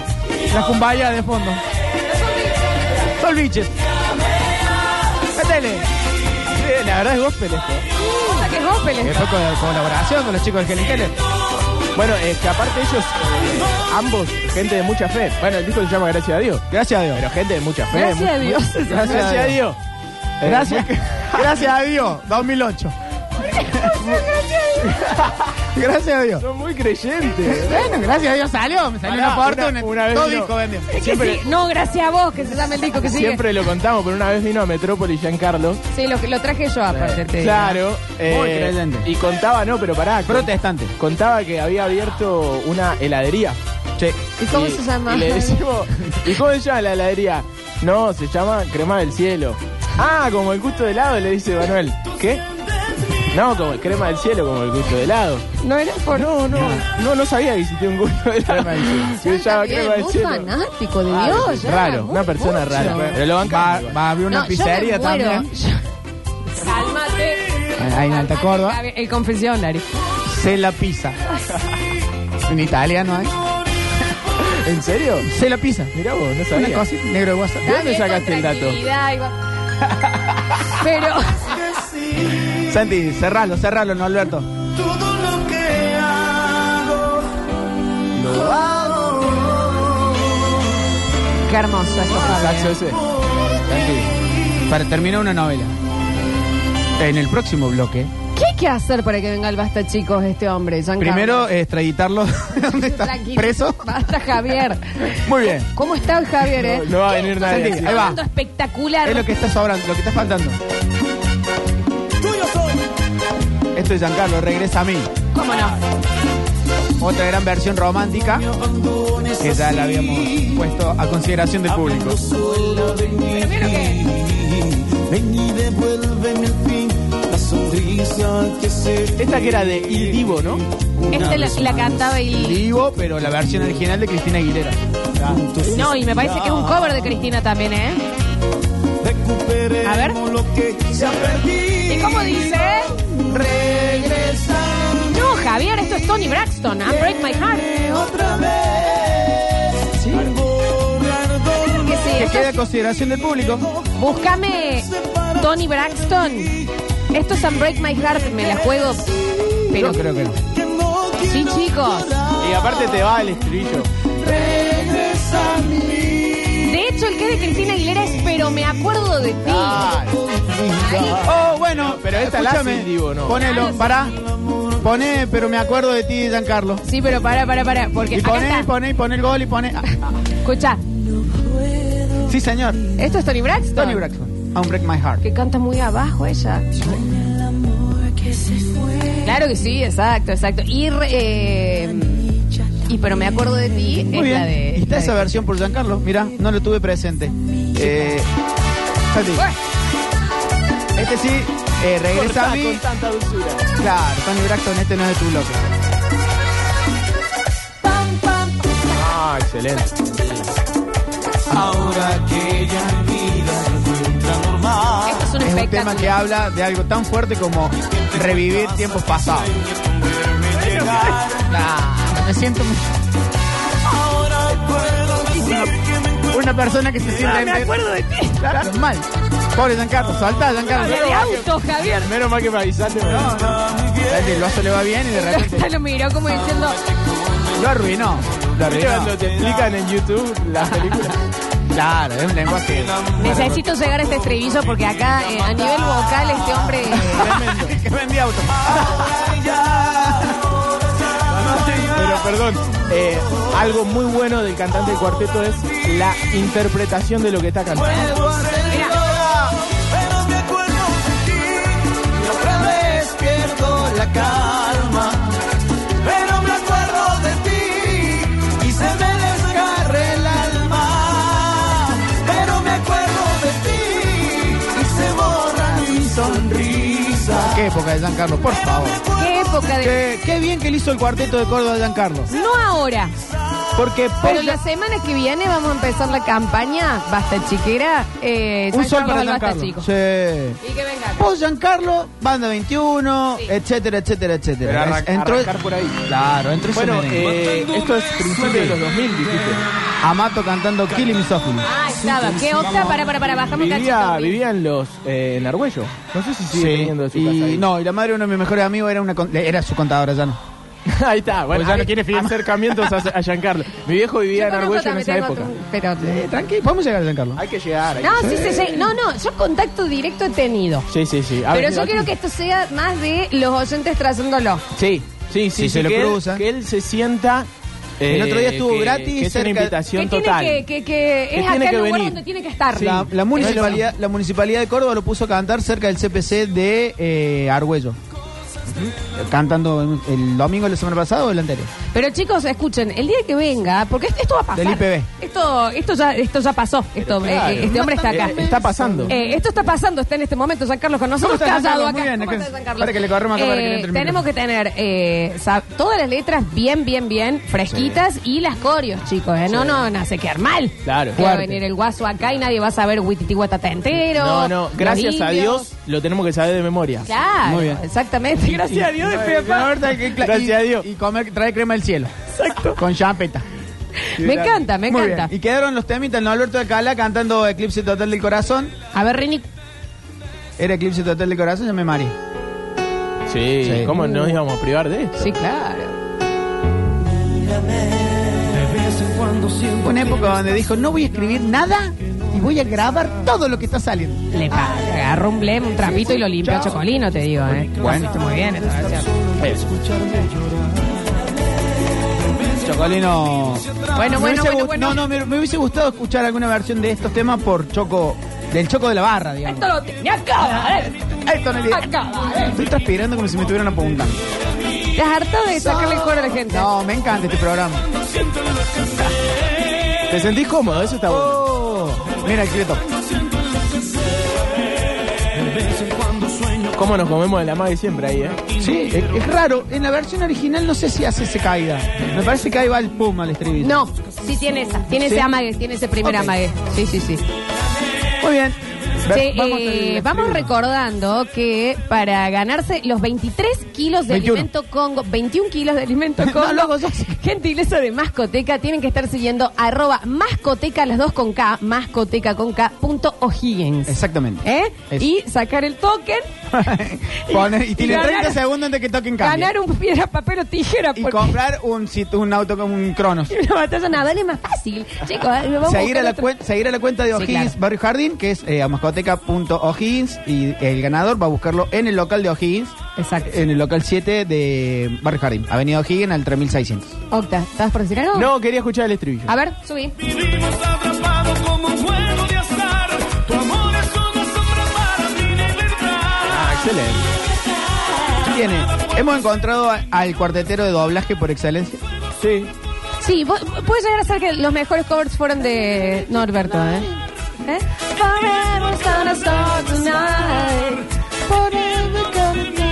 S3: La cumbaya de fondo. Sol Beaches. Métele.
S4: Eh, La verdad es gospel esto.
S1: Puta que gospel
S3: Que
S1: es.
S3: fue con colaboración con los chicos de Helen Keller.
S4: Bueno, es que aparte ellos, eh, ambos gente de mucha fe. Bueno, el disco se llama Gracias a Dios.
S3: Gracias a Dios.
S4: Pero gente de mucha fe.
S1: Gracias
S4: mu-
S1: a Dios.
S4: Gracias, a Dios. Eh,
S3: Gracias,
S4: muy-
S3: gracias a Dios, 2008. gracias a Dios.
S4: Son muy creyentes.
S3: Bueno, gracias a Dios salió, me salió
S4: Pará,
S3: una fortuna.
S4: una- una vez
S3: Todo
S4: vino-
S3: disco vendió.
S1: Es que
S4: Siempre-
S1: sí, no, gracias a vos que se llama el disco que sigue.
S4: Siempre lo contamos, pero una vez vino a Metrópolis Giancarlo.
S1: Sí, lo, lo traje yo aparte. te digo.
S4: Claro. eh,
S3: Muy creyente.
S4: Y contaba, no, pero pará. con-
S3: Protestante.
S4: Contaba que había abierto una heladería.
S3: Che.
S1: ¿Y cómo se llama?
S4: Y le decimos, ¿y cómo se llama la heladería? No, se llama Crema del Cielo. Ah, como el gusto de helado, le dice Manuel. ¿Qué? No, como el crema del cielo, como el gusto de helado.
S1: No era por.
S4: No, no, no, no sabía que existía un gusto de helado. Se
S1: Está
S4: llama
S1: bien,
S4: crema del
S1: muy
S4: cielo.
S1: fanático de
S4: Ah,
S1: Dios. ya,
S4: raro, una
S1: muy
S4: persona
S1: mucho.
S4: rara. Pero lo
S3: Va,
S4: banca.
S3: va a abrir una
S1: No, yo me
S3: pizzería
S1: muero.
S3: también.
S1: Yo- Cálmate.
S3: Ahí en Alta Córdoba.
S1: El confesionario.
S3: Se la pizza. en Italia no hay.
S4: ¿En serio?
S3: Se la pizza.
S4: Mirá vos, no
S3: Una
S4: sabía.
S3: cosita, negro de WhatsApp.
S4: ¿De dónde
S1: Está bien,
S4: sacaste el
S1: con
S4: dato?
S1: tranquilidad, igual. Pero.
S3: Santi, cerralo, cerralo, no Alberto.
S1: Qué hermoso esto,
S4: Saxo
S1: Fabio.
S4: ese.
S3: Para terminar una novela. En el próximo bloque.
S1: ¿Qué hay que hacer para que venga el basta, chicos, este hombre? Giancarlo?
S3: Primero, eh, extraditarlo. ¿Dónde está?
S1: Tranquilo.
S3: ¿Preso?
S1: Basta, Javier.
S3: Muy bien.
S1: ¿Cómo está el Javier, eh?
S4: No va a venir nadie.
S3: Santi,
S4: así.
S3: ahí va.
S1: Mundo espectacular.
S3: Es lo que está sobrando, lo que está faltando. Esto es Giancarlo, regresa a mí.
S1: ¿Cómo no?
S3: Otra gran versión romántica que ya la habíamos puesto a consideración del público.
S1: Primero que.
S4: Esta que era de Il Divo, ¿no?
S1: Esta Este la, la cantaba y.
S3: Vivo, pero la versión original de Cristina Aguilera.
S1: No, y me parece que es un cover de Cristina también, ¿eh? A ver. ¿Y cómo dice? No, Javier, esto es Tony Braxton. I break my heart. Claro que sí,
S3: Que
S1: esto
S3: queda a
S1: es-
S3: consideración del público.
S1: Búscame Tony Braxton. Esto es Unbreak My Heart, me la juego. Pero
S3: Yo creo que no.
S1: sí, chicos.
S4: Y aparte te va Ah, el estribillo.
S1: De hecho, el que de Cristina Aguilera es Pero me acuerdo de ti.
S3: Ah. Oh, bueno,
S4: pero esta la hace
S3: escúchame.
S4: el Divo, ¿no?
S1: Ah,
S3: Ponelo, pará. Poné, pero me acuerdo de ti, Giancarlo.
S1: Sí, pero para, para, para. Porque
S3: Y
S1: acá
S3: poné, y
S1: está.
S3: poné, y poné el gol y poné. Ah, ah.
S1: Escucha,
S3: Sí, señor.
S1: esto es Tony Braxton.
S3: Tony Braxton. Don't break my heart.
S1: Que canta muy abajo ella. Claro que sí, exacto, exacto. Y, re- eh, y pero me acuerdo de ti.
S3: Muy
S1: es
S3: bien.
S1: la de.
S3: Y está
S1: la
S3: esa
S1: de-
S3: versión por Giancarlo. Mirá, no lo tuve presente. Eh, Santi,
S1: Bueno,
S3: este sí, eh, regresa
S4: Cortá
S3: a mí.
S4: con tanta dulzura.
S3: Claro, Tony Braxton, este no es de tu bloque.
S4: Ah, excelente.
S1: esto es un
S3: Es un tema
S1: espectáculo.
S3: que habla de algo tan fuerte como revivir tiempos pasados. Nah, me siento muy- Una persona que se siente... Me acuerdo de ti. Claro, es mal. Pobre Giancarlo, salta Giancarlo.
S1: Habla de auto, Javier.
S4: Menos mal que me avisaste. porque-
S3: Dale, El oso le va bien y de repente
S1: Hasta lo miró como diciendo.
S3: lo arruinó. Lo
S4: ¿Viste cuando
S3: arruinó.
S4: te explican en YouTube la película?
S3: Claro, es un lenguaje...
S1: Necesito llegar a este estribillo porque acá eh, a nivel vocal este hombre
S3: Tremendo. que vendía auto.
S4: Pero perdón, eh, algo muy bueno del cantante del cuarteto es la interpretación de lo que está cantando.
S1: mira,
S3: Qué época de Giancarlo, por favor.
S1: qué época de
S3: Qué, qué bien que le hizo el cuarteto de Córdoba a Giancarlo.
S1: no ahora,
S3: Porque
S1: pero
S3: polla-
S1: la semana que viene vamos a empezar la campaña Basta Chiquera, eh,
S3: un
S1: San
S3: sol
S1: Carlos
S3: para
S1: al Basta
S3: Giancarlo.
S1: Chico.
S3: Sí.
S1: Y que venga.
S3: Por Giancarlo, banda 21,
S1: Sí.
S3: etcétera, etcétera, etcétera.
S4: Pero arran-
S3: Es- entró-
S4: arrancar por ahí.
S3: Claro, entró ese
S4: Bueno,
S3: nene.
S4: eh, esto es principio de los 2000, dijiste.
S3: Amato cantando Killing Me Softly.
S1: Ah, estaba. ¿Qué opta? Para, para, para, bajamos
S4: Vivía,
S1: cachito.
S4: vivía en los eh, en Argüello. No sé si sigue teniendo de su casa
S3: y
S4: ahí.
S3: no, y la madre de uno de mis mejores amigos era una con- era su contadora ya no.
S4: Ahí está, bueno,
S3: Pues ya no
S4: ahí-
S3: quiere firmar.
S4: acercamientos a, a Giancarlo. Mi viejo vivía
S1: Yo
S4: en
S1: conozco
S4: Argüello en
S1: también,
S4: esa
S1: tengo
S4: época.
S1: tu- pero-
S3: Eh, tranqui, podemos llegar a Giancarlo.
S4: Hay que llegar. hay
S1: No,
S4: que
S1: sí, sí,
S4: llegar.
S1: sí. No, no, yo contacto directo he tenido.
S4: Sí, sí, sí. A
S1: Pero
S4: ver,
S1: yo
S4: aquí.
S1: quiero que esto sea más de los oyentes trazándolo.
S4: Sí, sí, sí.
S3: Si se lo
S4: que él-
S3: cruzan.
S4: que él se sienta... eh,
S3: El otro día estuvo
S4: que-
S3: gratis
S4: que es una
S3: cerca-
S4: invitación
S1: Que tiene
S4: total. Eh,
S1: que, que, que es
S4: tiene
S1: acá
S4: que
S1: el lugar
S4: venir.
S1: donde tiene que estar.
S3: La, la
S1: Eso.
S3: municipalidad, la municipalidad de Córdoba lo puso a cantar cerca del CPC de eh, Argüello. Cantando en- el domingo de la semana pasada o el anterior.
S1: Pero chicos, escuchen, el día que venga, porque esto va a pasar.
S3: Del IPB.
S1: Esto, esto ya, esto ya pasó. Esto,
S4: claro.
S1: eh, eh, este hombre está acá.
S4: Eh, está pasando.
S1: Eh, esto está pasando, está en este momento San Carlos con nosotros,
S3: ¿Cómo estás, San
S1: callado
S3: Carlos?
S1: acá.
S3: Muy bien,
S1: ¿Cómo
S3: acá-
S1: estás, San Carlos?
S3: para que le corremos acá, para que le entre el
S1: Tenemos que tener eh, sab- todas las letras bien, bien, bien fresquitas y las coreos, chicos. eh. No, no, no se quedar mal.
S4: Claro.
S1: Que va a
S4: Fuerte.
S1: venir el guaso acá y nadie va a saber Huititi Guatata entero.
S4: No, no,
S1: los
S4: gracias a
S1: indios.
S4: Dios lo tenemos que saber de memoria.
S1: Claro,
S3: Muy bien.
S1: exactamente. Gracias a Dios, de
S3: Y- la verdad que- cla-
S4: Gracias
S3: y-
S4: a Dios.
S3: Y comer, trae crema del cielo. Exacto. Con champeta.
S1: Me encanta, me
S3: Muy
S1: encanta.
S3: bien. Y quedaron los temitas, ¿no? Alberto Alcalá cantando Eclipse Total del Corazón.
S1: A ver, Rini,
S3: Era Eclipse Total del Corazón, ya me mareé.
S4: Sí,
S3: Sí.
S4: ¿cómo nos íbamos a privar de esto?
S1: sí, claro.
S3: Una época donde dijo, no voy a escribir nada y voy a grabar todo lo que está saliendo.
S1: Le pa- le agarró un blem, un trapito y lo limpió a Chocolino, te digo, ¿eh?
S3: Bueno.
S1: Está muy bien esta versión.
S3: Chocolino.
S1: Bueno,
S3: Me
S1: bueno,
S3: hubiese
S1: bueno,
S3: gust-
S1: bueno.
S3: No, no, me, me hubiese gustado escuchar alguna versión de estos temas por Choco, del Choco de la Barra, digamos.
S1: Esto lo tenía acá, ¿eh?
S3: Esto no le-
S1: Acá,
S3: Estoy transpirando como si me estuvieran apuntando.
S1: ¿Estás harto de sacarle el cuero a la gente?
S3: No, me encanta este programa.
S4: ¿Te sentís cómodo? Eso está bueno.
S3: Oh. Mira, aquí le toco.
S4: ¿Cómo nos comemos de la madre siempre ahí, eh?
S3: Sí, es, es raro. En la versión original no sé si hace esa caída. Me parece que ahí va el pum al estribillo.
S1: No, sí tiene esa, tiene
S3: ¿Sí?
S1: ese amague, tiene ese primer
S3: Ok.
S1: amague. Sí, sí, sí.
S3: Muy bien. Ver-
S1: Che, eh, vamos,
S3: vamos al estribillo.
S1: recordando que para ganarse los 23 kilos de
S3: 21.
S1: alimento Congo, 21 kilos de alimento
S3: No,
S1: Congo,
S3: loco, yo-
S1: gentileza de Mascoteca, tienen que estar siguiendo arroba mascoteca, las dos con K, mascoteca con K, punto O'Higgins.
S3: Exactamente.
S1: ¿Eh?
S3: Eso.
S1: Y sacar el token.
S3: Poner- y tiene
S1: ganar-
S3: 30 segundos antes que toquen cambio.
S1: Ganar un piedra, papel o tijera.
S3: Y
S1: porque
S3: comprar un, sit- un auto con un Cronos.
S1: una batalla naval es más fácil. Chicos, eh, vamos
S3: Seguir a,
S1: buscar
S3: la
S1: otro-
S3: cuen- seguir a la cuenta de
S1: Sí,
S3: O'Higgins
S1: claro.
S3: Barrio Jardín, que es eh, amascoteca.o'higgins, y el ganador va a buscarlo en el local de O'Higgins,
S1: Exacto.
S3: en el local 7 de Barrio Jardín, Avenida O'Higgins al 3600.
S1: Octa, ¿estabas por decir algo?
S4: No, quería escuchar el estribillo.
S1: A ver, subí.
S6: Vivimos atrapados como un juego de azar. Tu amor es una sombra para mi libertad.
S4: Ah, excelente.
S3: Tiene, eh, hemos encontrado a- al cuartetero de doblaje por excelencia.
S4: Sí.
S1: Sí, vo- puede llegar a ser que los mejores covers fueron de Norberto, ¿eh? ¿Eh? Forever's gonna start tonight. Forever gonna be-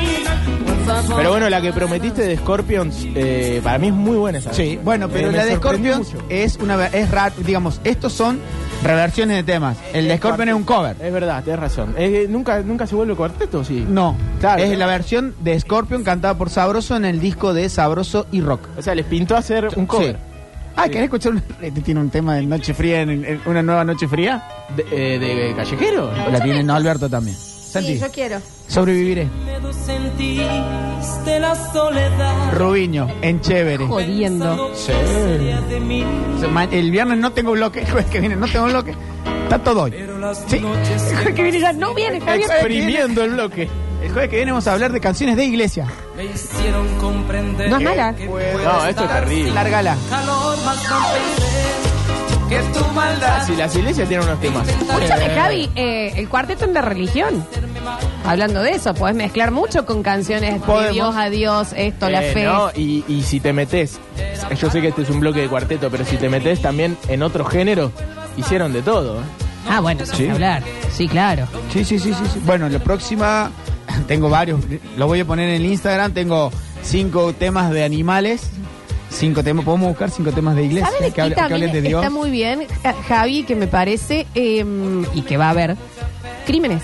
S4: Pero bueno, la que prometiste de Scorpions, eh, para mí es muy buena esa.
S3: Sí, bueno, pero
S4: Eh, me
S3: la de
S4: sorprendió
S3: Scorpions
S4: mucho.
S3: es una ver- es raro, digamos, estos son reversiones de temas. El de Scorpion es un cover.
S4: Es verdad, tenés razón. Es que nunca, nunca se vuelve cuarteto, sí.
S3: No,
S4: Claro.
S3: es la versión de Scorpion cantada por Sabroso en el disco de Sabroso y Rock.
S4: O sea, les pintó hacer un cover.
S3: Sí. Ah, ¿querés escuchar un... este tiene un tema de Noche Fría, en- en- una nueva Noche Fría?
S4: De, eh, de callejero.
S3: La tiene no, Alberto también. Santi,
S1: Sí, yo quiero.
S3: sobreviviré.
S5: Sentiste la soledad.
S3: Rubiño, en Chévere.
S1: Jodiendo.
S5: de mí.
S3: Se- ma- El viernes no tengo bloque, el jueves que viene no tengo bloque. Está todo hoy. Sí.
S1: El jueves que viene ya no viene, Javier.
S4: Exprimiendo el bloque.
S3: El jueves que viene vamos a hablar de canciones de iglesia.
S5: Me hicieron comprender.
S1: No es mala.
S5: que puedo
S4: No, esto es
S5: estar
S4: terrible.
S3: Largala.
S5: sin Calor, más no pensé que tu maldad.
S4: Si las iglesias tienen unos temas.
S1: Escúchame, Javi, eh, el cuarteto en la religión. Hablando de eso, podés mezclar mucho con canciones de
S3: Podemos.
S1: Dios a Dios, esto, la
S4: Eh,
S1: fe.
S4: no, y, y si te metes, yo sé que este es un bloque de cuarteto, pero si te metes también en otro género, hicieron de todo. ¿eh?
S1: Ah, bueno, sin
S3: Sí.
S1: hablar. Sí, claro.
S3: Sí, sí, sí, sí, sí. Bueno, la próxima tengo varios. Los voy a poner en el Instagram. Tengo cinco temas de animales. Cinco temas. Podemos buscar cinco temas de iglesia
S1: ¿Sabes de
S3: que,
S1: qué
S3: hable- que
S1: también
S3: hablen de Dios.
S1: está muy bien, Ja- Javi, que me parece, eh, y que va a haber, crímenes?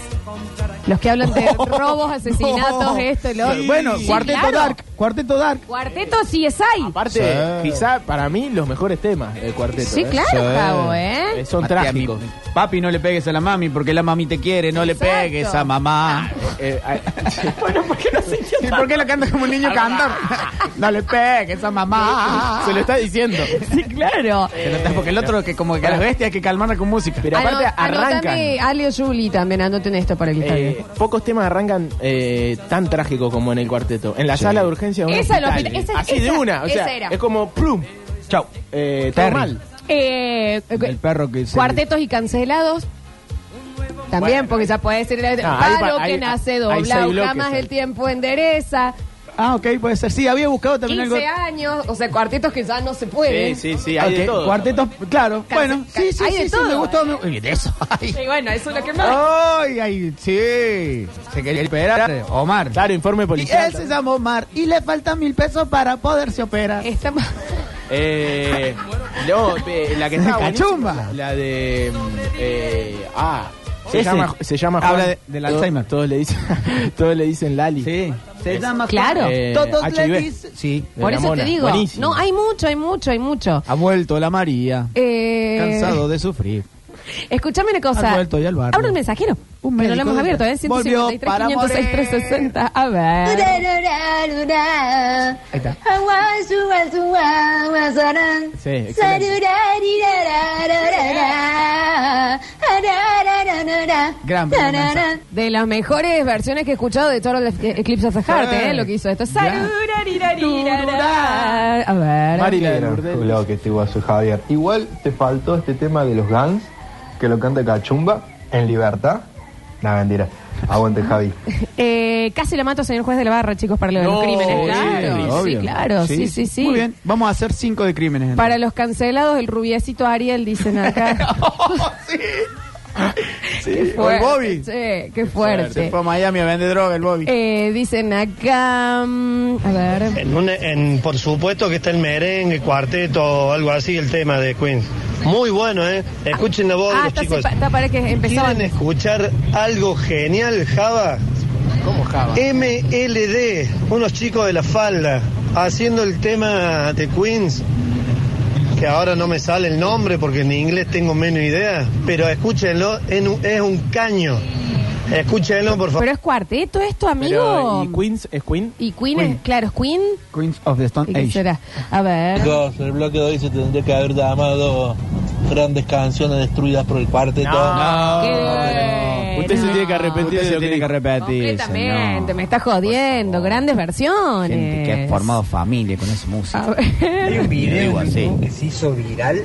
S1: Los que hablan de robos, asesinatos, esto y lo otro.
S3: Bueno,
S1: Sí,
S3: Cuarteto
S1: claro.
S3: Dark. Cuarteto Dark.
S1: Cuarteto CSI.
S4: Aparte,
S3: Sí.
S4: quizá para mí los mejores temas del cuarteto.
S1: Sí,
S4: ¿eh?
S1: claro,
S3: Sí.
S1: Javo, ¿eh?
S4: Eh, Son
S3: Mati, a mi-
S4: trágicos.
S3: Papi, no le pegues a la mami porque la mami te quiere. No le
S1: Exacto.
S3: pegues a mamá.
S4: Eh, eh,
S1: Bueno, ¿por qué no se
S3: ¿Y por qué la canta como un niño cantor? no le pegues a mamá.
S4: se lo está diciendo.
S1: Sí, claro.
S3: Se lo está- Porque el otro que como que a las bestias hay que calmarla con música.
S4: Pero aparte
S1: Ano-
S4: arrancan.
S1: Anotame, Ale o Juli también, anoten esto para el
S4: Eh,
S1: Javi.
S4: pocos temas arrancan eh, tan trágicos como en el cuarteto. En la sala de urgencia de un
S1: Esa lo-
S4: hospital.
S1: esa-
S4: Así de
S1: esa-
S4: una. O
S1: esa
S4: sea,
S1: era.
S4: es como plum.
S3: Chau.
S4: Eh, todo
S3: Terry.
S4: mal.
S1: Eh,
S3: El perro que se-
S1: Cuartetos y cancelados. También,
S4: Bueno,
S1: porque ya puede ser el
S4: Ah, ahí
S1: palo
S4: va-
S1: que
S4: ahí-
S1: nace
S4: ahí
S1: doblado,
S4: seis bloques,
S1: jamás
S4: ahí.
S1: el tiempo endereza.
S3: Ah, ok, puede ser. Sí, había buscado también
S1: 15
S3: algo.
S1: años, o sea, cuartetos que ya no se pueden.
S4: Sí, sí, sí. Hay
S3: ¿Eh?
S4: de
S3: Ok,
S4: todo.
S3: Cuartetos, claro.
S1: Casi-
S3: bueno, sí, sí,
S1: hay de
S3: sí, sí,
S1: todo,
S3: me gustó.
S1: eh.
S3: me- Uy, de eso. Ay.
S1: Y bueno, eso es lo que
S3: Ah.
S1: más.
S3: Ay, ay, sí. Se quería operar. Omar.
S4: Claro, informe
S3: Y
S4: policial.
S3: él se llama Omar y le faltan mil pesos para poderse operar.
S1: Estamos.
S4: Eh, no, eh, la que está
S3: Cachumba.
S4: buenísima, La de. mm, Eh, ah. Se
S3: Ese.
S4: llama, se llama Juan.
S3: Habla de- del
S4: Todos-
S3: Alzheimer.
S4: Todos le dicen, todos le dicen Lali.
S3: Sí. Se
S4: Es-
S3: llama
S1: Claro.
S4: Eh,
S3: Todos le
S4: HIV.
S3: dicen. Sí.
S4: De
S1: Por
S4: la
S1: eso
S4: mona.
S1: te digo.
S4: Buenísimo.
S1: No, hay mucho, hay mucho, hay mucho.
S3: Ha vuelto la María.
S1: Eh,
S3: Cansado de sufrir.
S1: Escuchame una cosa.
S3: Ha vuelto ya al barrio.
S1: Abra el mensajero.
S3: Un
S1: que no lo
S3: médico
S1: hemos
S3: de-
S1: abierto, ¿eh? 153,
S3: Volvió para
S1: 506, 360. A ver.
S3: Ahí está.
S4: Sí, excelente.
S3: Gran performance.
S1: De las mejores versiones que he escuchado de Total Eclipse of the Heart, ¿eh? Lo que hizo esto. Saruraririrara. A ver.
S4: Mari la de
S7: Claro,
S4: Lourdes.
S7: claro que te igual soy Javier. Igual te faltó este tema de los Guns, que lo canta Cachumba, en libertad. Nada, mentira. Aguante, Javi.
S1: Eh, casi la mato, señor juez de la barra, chicos, para lo de los
S4: No,
S1: crímenes.
S4: sí,
S1: Claro, sí,
S3: obvio.
S1: claro. Sí, sí, sí.
S3: Muy bien. Vamos a hacer cinco de crímenes.
S1: Para los cancelados, el rubiecito Ariel, dicen acá.
S3: Oh,
S1: Qué
S3: el Bobby.
S1: Sí, qué
S3: Se
S1: fuerte.
S3: fue a Miami a vender droga el Bobby.
S1: Eh, dicen acá. mm, A ver.
S8: En un- en- por supuesto que está el merengue, cuarteto o algo así, el tema de Queen. Muy bueno, ¿eh? Escuchen la voz de
S1: Ah,
S8: los
S1: está,
S8: chicos.
S1: sepa- está para que empezaban.
S8: ¿Quieren escuchar algo genial, Java?
S4: ¿Cómo Java?
S8: MLD, unos chicos de la falda, haciendo el tema de Queens, que ahora no me sale el nombre porque en inglés tengo menos idea, pero escúchenlo, en un- es un caño. Escúchenlo, por favor.
S1: Pero es cuarteto esto,
S4: Pero,
S1: amigo.
S4: ¿Y Queens es Queen?
S1: ¿Y Queen?
S3: Queen.
S1: es- Claro, es Queen.
S3: Queens of the Stone
S1: ¿Y qué
S3: Age.
S1: será? A ver.
S9: Chicos, el bloque de hoy se tendría que haber llamado grandes canciones destruidas por el cuarteto.
S1: Qué
S4: Usted se
S1: bueno.
S4: tiene que arrepentir.
S3: Usted se tiene que arrepentir.
S1: Completamente, me está jodiendo. Grandes versiones.
S3: Gente que ha formado familia con esa música.
S1: A ver.
S10: Hay un video
S3: Digo
S10: en
S3: así.
S10: YouTube que se hizo viral.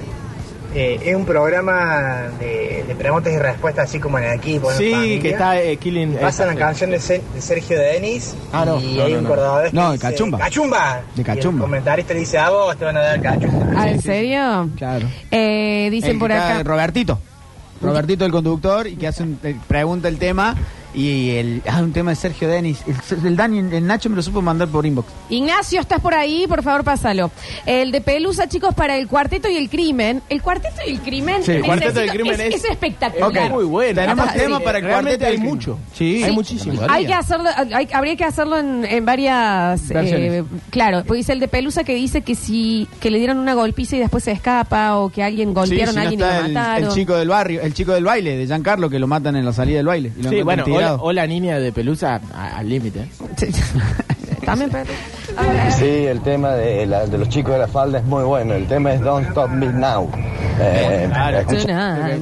S10: Eh, es un programa de, de preguntas y respuestas, así como en aquí. por
S4: Sí,
S10: familia.
S4: que está eh, Killing.
S10: Pasan la
S4: eh,
S10: canción de, Ser- de Sergio Denis.
S4: Ah, no,
S10: Y
S4: no,
S10: hay
S4: no,
S10: un
S4: no.
S10: cordobés. que
S3: No, de
S10: dice,
S3: Cachumba.
S10: ¡Cachumba!
S3: De
S10: Y
S3: Cachumba.
S10: el comentarista le dice: A vos te van a dar cachumba.
S1: Ah, ¿En serio?
S3: Claro.
S1: Eh, dicen
S3: El que
S1: por
S3: está-
S1: acá.
S3: Robertito. Robertito, el conductor, y que hace un- eh, pregunta el tema. Y el, ah, un tema de Sergio Denis. El, el Dani, el Nacho me lo supo mandar por inbox.
S1: Ignacio, ¿estás por ahí? Por favor, pásalo. El de Pelusa, chicos, para el cuarteto y el crimen. El cuarteto y el crimen.
S4: Sí, el cuarteto y el
S1: necesito-
S4: crimen
S1: es,
S4: es-
S1: es espectacular.
S4: Ok. Muy bueno.
S3: Tenemos
S1: Ah,
S3: tema
S1: sí.
S3: para el
S4: Realmente
S3: cuarteto. y el
S4: hay
S3: crimen.
S4: mucho.
S3: Sí.
S4: Hay muchísimo.
S1: Hay que hacerlo, hay- habría que hacerlo en, en varias. eh,
S3: Versiones.
S1: claro, porque dice el de Pelusa que dice que si que le dieron una golpiza y después se escapa o que alguien golpearon
S3: Sí,
S1: a
S3: si
S1: alguien
S3: no está
S1: y lo
S3: el-
S1: mataron.
S3: el, chico del barrio, el chico del baile de Giancarlo que lo matan en la salida del baile. y lo
S4: Sí,
S3: encuentran
S4: bueno, o la,
S3: tirado.
S4: o la niña de pelusa a- al límite.
S1: También, pero.
S11: Sí, el tema de, la- de los chicos de la falda es muy bueno. El tema es Don't Stop Me Now. Eh, escucha-
S3: Era,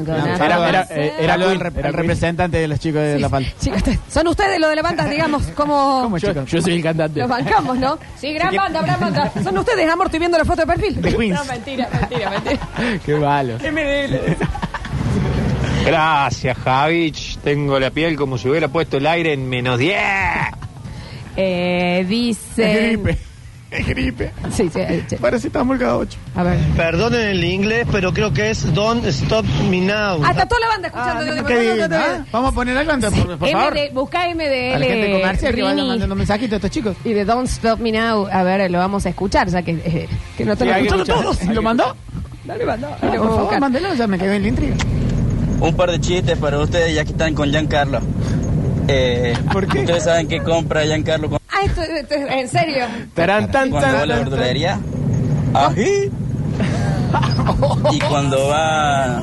S3: era-
S4: Eh,
S3: era
S4: era
S3: el, rep-
S4: Queen.
S3: el representante de los chicos de la falda.
S1: Chicos, son ustedes los de la banda, digamos, como.
S3: ¿Cómo,
S4: Yo,
S3: chicos?
S4: yo soy el cantante.
S1: Los bancamos, ¿no? Sí, gran banda, gran banda. Son ustedes, amor, estoy viendo la foto de perfil.
S4: De Queens.
S1: No, mentira, mentira, mentira.
S4: Qué malo.
S9: Gracias, Javich. Tengo la piel como si hubiera puesto el aire en menos 10.
S1: Eh, dice.
S4: Es gripe.
S1: Sí, sí, sí.
S4: Parece que estamos cada 8.
S1: A ver.
S8: Perdonen el inglés, pero creo que es Don't Stop Me Now.
S1: Hasta toda la banda escuchando. digo,
S3: Qué
S1: digo,
S3: bien,
S1: digo,
S3: ¿ah? Vamos a poner algo antes, por, por favor.
S1: MD, busca MDL.
S3: A la gente comercial que vaya
S1: Rini,
S3: mandando mensajitos a estos chicos.
S1: Y de Don't Stop Me Now, a ver, lo vamos a escuchar, ya que, eh, que no te lo
S4: hay que
S1: escucharon
S4: escuchar.
S1: todos.
S3: ¿Lo mandó?
S1: Dale, mandá,
S3: Ah,
S1: dale,
S3: por
S1: vamos a
S3: favor,
S1: buscar.
S3: mándelo, ya me quedé en la intriga.
S9: Un par de chistes para ustedes ya que están con Giancarlo. Eh,
S3: ¿Por qué?
S9: Ustedes saben que compra Giancarlo con...
S1: Ah, esto, esto es- en serio.
S4: Tarán, tan,
S12: Cuando
S4: tan,
S12: va a la
S4: tan, tan.
S12: verdulería, ají. Y cuando va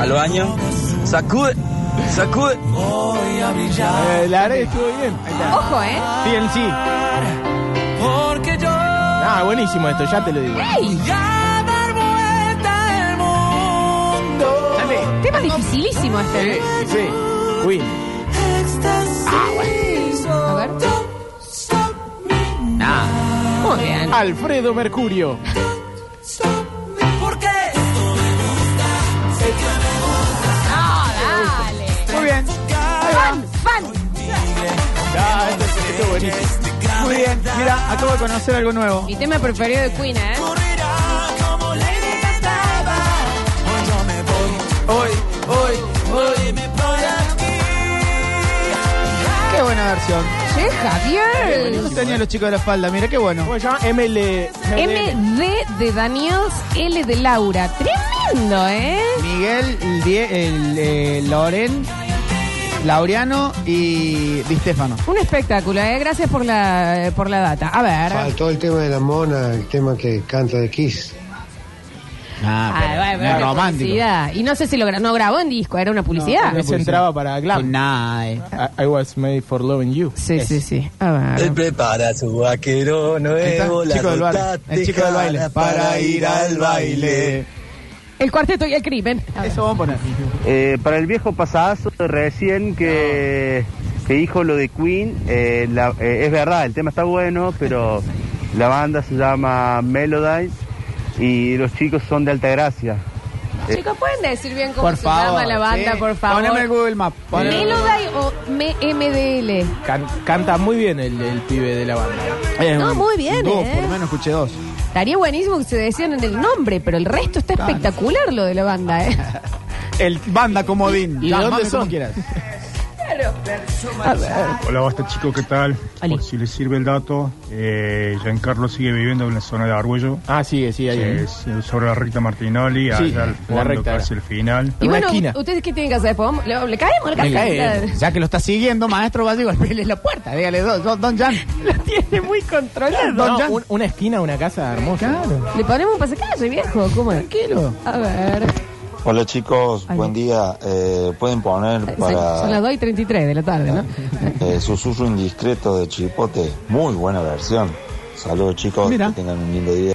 S12: al baño, sacude, sacude.
S4: Eh, la verdad que estuvo bien. Ahí está.
S1: Ojo, ¿eh?
S4: TLC.
S5: Porque yo.
S4: Ah, buenísimo esto, ya te lo digo.
S1: ¡Ey!
S5: Ya dar vuelta el mundo.
S1: Tema dificilísimo este. ¿eh?
S4: Sí, Queen.
S1: A ver. Muy bien.
S4: Alfredo Mercurio.
S5: Porque
S1: Dale.
S3: Muy bien.
S1: Fan, fan.
S4: Ah, esto, esto es buenísimo.
S3: Muy bien. Mira, acabo de conocer algo nuevo.
S1: Mi tema preferido de Queen, ¿eh?
S4: Hoy, hoy, hoy.
S3: Qué buena versión.
S1: Che,
S3: Yo
S1: Javier.
S3: no tenía los chicos de la falda, mira qué bueno.
S4: ¿Cómo se llama? ML.
S1: MD de Daniels, L de Laura. Tremendo, ¿eh?
S3: Miguel, el die- el, eh, Loren, Laureano y Di Stefano.
S1: Un espectáculo, ¿eh? Gracias por la, eh, por la data. A ver.
S13: Faltó Ah, el tema de la mona, el tema que canta de Kiss.
S1: Ah, bueno,
S3: no es
S1: qué
S3: romántico.
S1: publicidad. Y no sé si lo gra- no grabó en disco, era una publicidad.
S4: Ah, Ese entraba para Glam.
S3: Nah, eh.
S4: I, I was made for loving you.
S1: Sí, sí, sí. A ver.
S9: Él prepara su vaquero nuevo,
S3: Ahí está,
S9: la
S3: chico del baile,
S9: contacte
S3: el chico del baile.
S9: cara para ir al baile.
S1: El cuarteto y el crimen. A ver.
S3: Eso vamos a poner.
S14: Eh, para el viejo pasadazo de recién que, que dijo lo de Queen, eh, la- eh, es verdad, el tema está bueno, pero la banda se llama Melody y los chicos son de Altagracia.
S1: Chicos, ¿pueden decir bien cómo
S3: Eh, Por
S1: se
S3: favor.
S1: llama la banda,
S3: sí.
S1: por favor?
S3: Poneme el Google Map. poneme-
S1: ¿Meloday o MDL?
S4: Can- canta muy bien el, el pibe de la banda.
S3: Eh,
S1: No, muy bien,
S3: Dos,
S1: eh.
S3: por lo menos escuché dos.
S1: Estaría buenísimo que se decían en el nombre, pero el resto está espectacular lo de la banda, ¿eh?
S3: El banda comodín.
S4: ¿Y de
S3: Llamame
S4: dónde
S3: como
S4: son?
S3: quieras.
S1: A ver.
S15: Hola, basta chico, ¿qué tal?
S1: Ali.
S15: Por si les sirve el dato, eh, Giancarlo sigue viviendo en la zona de Arguello,
S4: Ah, sigue, sigue ahí.
S15: que es eh, sobre la recta Martinoli,
S4: Sí,
S15: allá al
S4: la
S15: fondo,
S4: recta
S15: casi el final.
S1: Y
S4: Una
S1: bueno,
S4: esquina.
S1: ¿ustedes qué tienen que hacer? ¿Podemos- ¿Le, le caemos? ¿Le
S3: Le
S1: caemos?
S3: cae. Ya que lo está siguiendo, maestro, vaya y golpeale la puerta. Dígale, don, don- don Jan.
S1: Lo tiene muy controlado.
S4: No,
S3: Don Jan.
S4: un- una esquina, una casa hermosa.
S1: Le ponemos un pasacalle, viejo. ¿Cómo es?
S3: Tranquilo.
S1: A ver.
S16: Hola chicos,
S1: Ay.
S16: buen día. Eh, Pueden poner
S1: Son- Son las
S16: para
S1: 2 y 33 de la tarde, ¿no?
S16: eh, Susurro Indiscreto de Chipote. Muy buena versión. Saludos chicos,
S3: Mira.
S16: que tengan un lindo día.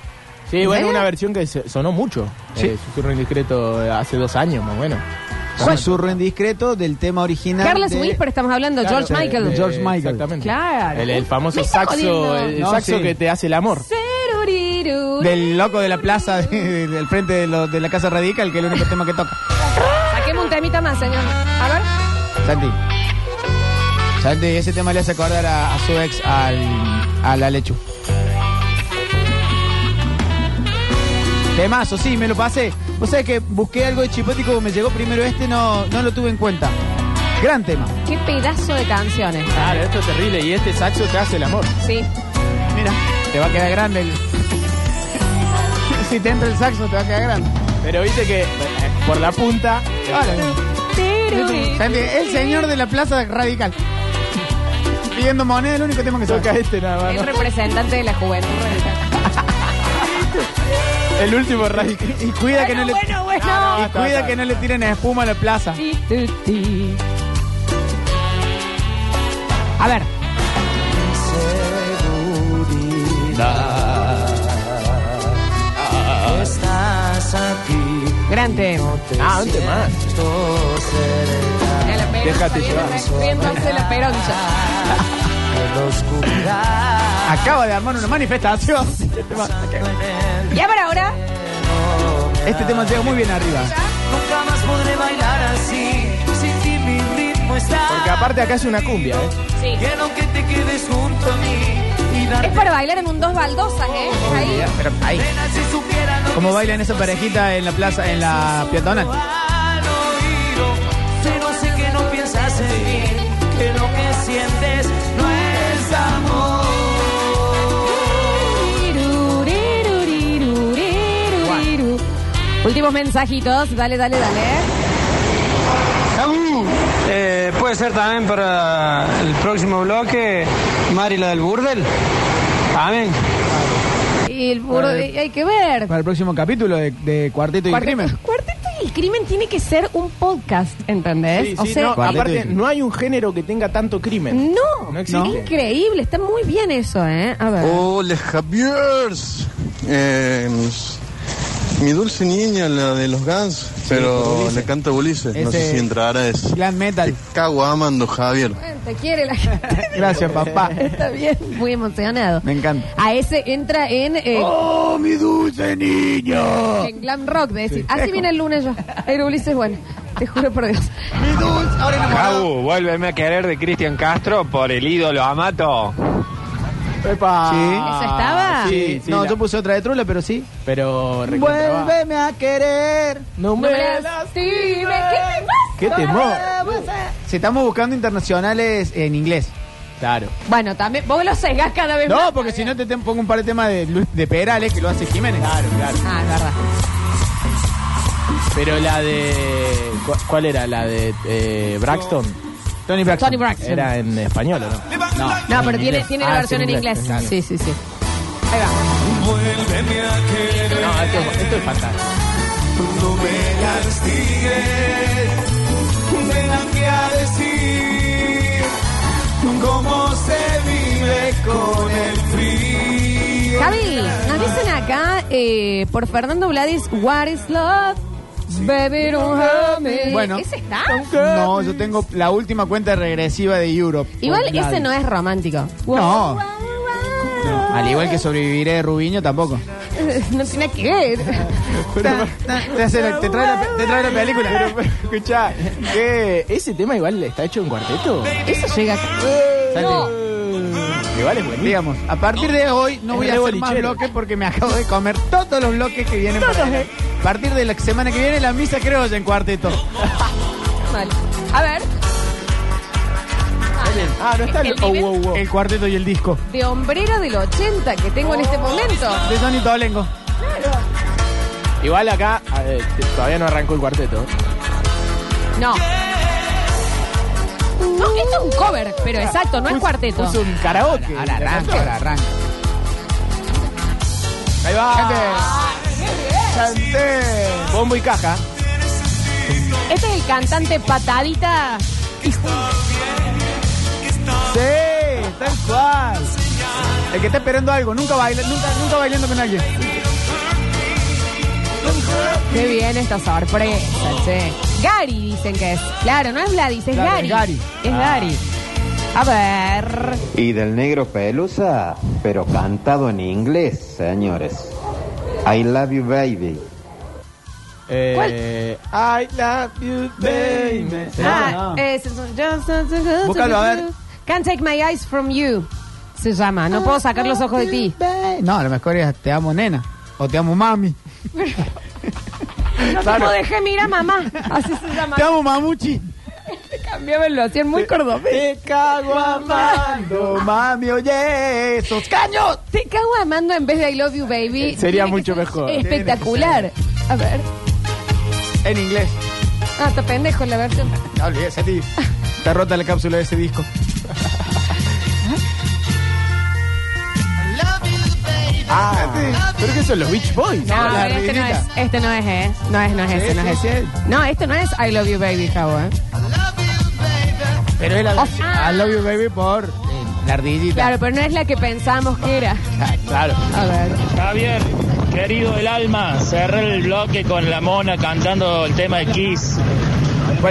S4: Sí, bueno,
S1: ¿Eh?
S4: una versión que se- sonó mucho.
S3: Sí.
S4: Eh, Susurro Indiscreto eh, hace dos años, más o menos.
S3: Susurro indiscreto del tema original.
S1: Carlos
S3: de-
S1: Whisper, estamos hablando.
S4: Claro,
S1: George
S4: de-
S1: Michael.
S4: de-
S3: George Michael.
S4: Eh, Exactamente.
S1: Claro.
S4: El, el famoso
S1: Me está
S4: saxo,
S1: jodiendo.
S4: el, el
S3: No,
S4: saxo
S3: sí.
S4: que te hace el amor.
S1: Ceruriru.
S3: Del loco de la plaza de- de- del frente de, lo- de la Casa Radical, que es el único tema que toca.
S1: Saquemos un temita más, señor. A ver.
S3: Santi. Santi, ese tema le hace acordar a, a su ex, al, a la lechu. Temazo, sí, me lo pasé. O sea que busqué algo de chipótico, me llegó primero este, no, no lo tuve en cuenta. Gran tema.
S1: Qué pedazo de canciones.
S4: Claro, esto es terrible. Y este saxo te hace el amor.
S1: Sí.
S3: Mira, te va a quedar grande el... si te entra el saxo, te va a quedar grande.
S4: Pero viste que eh, por la punta.
S3: Ahora, Santi, el señor de la plaza radical. Pidiendo moneda, el único tema que
S4: Toca
S3: saca.
S4: este nada más. ¿no?
S1: El representante de la juventud.
S4: El último radical.
S3: Y cuida que no le... Ah,
S1: Bueno, bueno,
S3: Y
S1: bueno.
S4: está,
S3: cuida
S4: está.
S3: que no le tiren espuma a la plaza.
S1: Ti, tu, ti. A ver.
S5: Estás aquí.
S1: Gran tema.
S4: Ah, un tema.
S1: Ya la peroncha,
S4: Déjate
S1: viene
S4: llevar.
S1: riéndose la peroncha.
S3: Acaba de armar una manifestación. Este tema,
S1: Y a ver ahora.
S3: este tema llega muy bien arriba.
S5: Nunca más podré bailar así. Sin ti mi ritmo está.
S4: Porque aparte acá es una cumbia, ¿eh?
S1: Sí.
S5: Quiero que te quedes junto a mí. Y
S1: Es
S5: darte
S1: para bailar en un dos baldosas, ¿eh? Es ahí.
S3: Pero ahí.
S5: pena si supiera lo
S3: Como
S5: que
S3: bailan esa parejita en la plaza, en la peatonal.
S5: al oído. Pero sé que no piensas en mí. Que lo que sientes no es amor.
S1: Últimos mensajitos. Dale, dale, dale.
S17: Eh, puede ser también para el próximo bloque, Mari la del Burdel. Amén.
S1: Y el burro de- hay que ver.
S3: Para el próximo capítulo de, de Cuarteto y
S1: Cuarteto-
S3: Crimen.
S1: Cuarteto y el crimen tiene que ser un podcast, ¿entendés?
S4: Sí,
S1: o
S4: sí,
S1: sea,
S4: no,
S3: Cuarteto
S4: aparte,
S3: y-
S4: no hay un género que tenga tanto crimen.
S1: no,
S4: No
S1: es
S4: existe.
S1: increíble, está muy bien eso, ¿eh? A ver.
S8: Oh.
S18: Hola Javier, Eh, mi dulce niña, la de los Guns, pero
S3: Ulises.
S18: le canta Ulises, no
S3: Ese-
S18: sé si entrará es.
S3: Glam Metal.
S18: Te cago amando Javier.
S1: Te quiere la gente.
S3: Gracias, papá.
S1: Está bien, muy emocionado.
S18: Me encanta.
S1: A ese entra en. eh,
S18: ¡Oh, mi dulce niño!
S1: En glam rock, de decir. Así viene el lunes yo. Pero Ulises, bueno, te juro por Dios.
S19: Jabu, vuélveme a querer de Cristian Castro por el ídolo Amato.
S3: Epa.
S1: ¿Eso estaba?
S3: Ah, Sí,
S1: Sí,
S3: no,
S1: la-
S3: yo puse otra de Trula, pero sí. Pero
S4: recontra va.
S3: Vuélveme a querer.
S4: No me
S1: lastimes. ¿Qué
S3: Qué
S1: te
S3: temor.
S1: pasa?
S3: Si estamos buscando internacionales en inglés. Claro.
S1: Bueno, también. Vos lo cegás cada vez más.
S3: No, porque si no te te pongo un par de temas de, Luis- de Perales que lo hace Jiménez. Claro, claro.
S1: Ah, es verdad.
S4: Pero la de. cu- ¿Cuál era? La de eh, Braxton.
S3: Tony Braxton.
S1: Tony Braxton.
S4: Era en español, ¿o ¿no?
S1: No, pero tiene, tiene la
S4: Ah,
S1: versión en inglés.
S4: claro.
S1: Sí, sí, sí.
S5: Vuélveme a querer.
S4: No, esto, esto es fantástico.
S5: No me castigues. Ven aquí a decir cómo se vive con el frío.
S1: Javi, nos dicen acá eh, por Fernando Vladis, What is love? Baby, don't hurt me.
S3: Bueno.
S1: ¿Ese está?
S3: No, yo tengo la última cuenta regresiva de Europe.
S1: Igual
S3: Por
S1: ese
S3: Gladys.
S1: no es romántico.
S3: No. Al igual que sobreviviré de Rubiño, tampoco.
S1: No tiene que ver.
S3: Te, hace la- te trae, la, pe- te trae la película.
S4: Escuchá, que ese tema igual está hecho en cuarteto.
S1: Eso llega acá.
S4: Eh,
S1: No.
S4: Igual es buenísimo.
S3: Digamos, a partir de hoy no
S4: Mm. Es
S3: voy a
S4: re
S3: hacer más
S4: bolichero. eh.
S3: bloques porque me acabo de comer todos los bloques que vienen. para adelante. A partir de la semana que viene, la misa creo en cuarteto.
S1: Mal. A ver.
S4: Ah, no está el,
S1: El
S4: oh,
S1: nivel-
S4: wow, wow.
S3: El cuarteto y el disco.
S1: De hombrera del 80 que tengo en este momento.
S3: De Sony Tolengo.
S4: Igual acá a ver, t- todavía no arrancó el cuarteto. ¿eh?
S1: No. No, esto es un cover, pero exacto, no es cuarteto.
S4: Puso un karaoke.
S3: Ahora arranca, ahora arranca.
S4: Ahí va. Chanté. Bombo y caja.
S1: Este es el cantante patadita.
S3: Sí, tal cual. El que está esperando algo, nunca baila, nunca, nunca bailando con alguien.
S1: Qué bien esta sorpresa, che. Gary dicen que es. Claro, no es Vladis, es
S3: Claro,
S1: Gary.
S3: es Gary.
S1: Es Gary. A ver.
S20: Y del negro pelusa, pero cantado en inglés, señores. I love you, baby.
S4: Eh, I love you, baby.
S1: Ah, es-
S4: Búscalo, a ver.
S1: Can't take my eyes from you. Se llama. No puedo sacar los ojos de ti.
S3: No, a lo mejor es te amo nena o te amo mami.
S1: No te
S3: Claro.
S1: puedo dejar mirar, mamá. Así se llama.
S3: Te amo mamuchi.
S1: Cambiámelo, hacían muy cordobés.
S3: Te cago amando, mami, oye, esos caños.
S1: Te cago amando en vez de I love you, baby.
S4: Eh, Sería
S1: Tiene que
S4: mucho
S1: ser
S4: mejor.
S1: Espectacular. A ver.
S3: En inglés.
S1: Ah, está pendejo la versión.
S3: No olvides a ti. Está rota la cápsula de ese disco.
S4: Ah, pero que son los Beach Boys.
S1: No,
S4: La
S1: este no es,
S4: ruidita.
S1: este no es, ¿eh? No es, no es ese, no es
S4: sí,
S1: ese. No, este no es I love you, baby, Jabo, ¿eh?
S3: Pero es la
S1: Oh, ah.
S3: I love you, baby, por eh, la ardillita.
S1: Claro, pero no es la que pensamos que era.
S3: Claro.
S1: A ver.
S21: Javier, querido del alma, cerré el bloque con la mona cantando el tema de Kiss.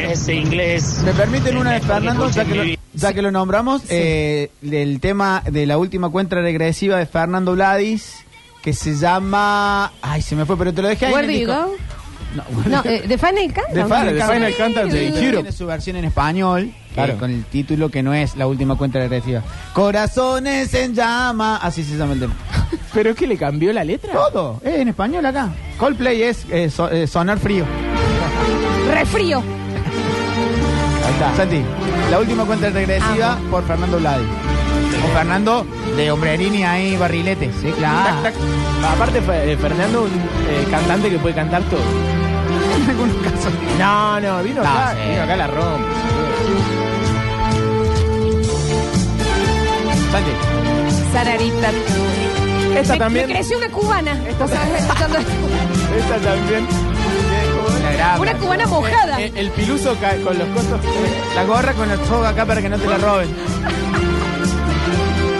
S21: Ese inglés.
S3: ¿Me permiten una de
S21: Mejor que
S3: Fernando? Ya
S21: escuche
S3: que lo,
S21: mi vida.
S3: ya que lo nombramos, eh, del tema de la última cuenta regresiva de Fernando Vladis, que se llama... Ay, se me fue, pero te lo dejé ahí.
S1: Where
S3: en el
S1: do you
S3: disco.
S1: go? No, eh, The Final Countdown.
S3: The Final,
S1: Sí.
S3: Final Countdown de
S1: Sí.
S3: Tiene su versión en español,
S4: Claro.
S3: eh, con el título que no es la última cuenta regresiva. Corazones en llama, así se llama el tema.
S4: Pero es que le cambió la letra.
S3: Todo, eh, en español acá. Coldplay es eh, so- eh, sonar frío.
S1: Refrío.
S3: Ahí está. Santi, la última cuenta regresiva
S4: Ah.
S3: por Fernando Vladi. O Fernando de Hombrerini ahí, barrilete. Sí, claro.
S4: Tac, tac. Aparte, Fe- eh, Fernando es un eh, cantante que puede cantar todo.
S3: En algunos casos.
S4: No, No, no, vino
S3: No,
S4: acá,
S3: sí.
S4: vino acá la rompe. Santi.
S1: Sararita.
S4: Esta
S1: me,
S4: también.
S1: Me creció una cubana. O sea, escuchando-
S4: Esta también.
S1: Una cubana mojada.
S4: Eh, eh, El, piluso ca- con los costos. La gorra con la soga acá para que no te la roben.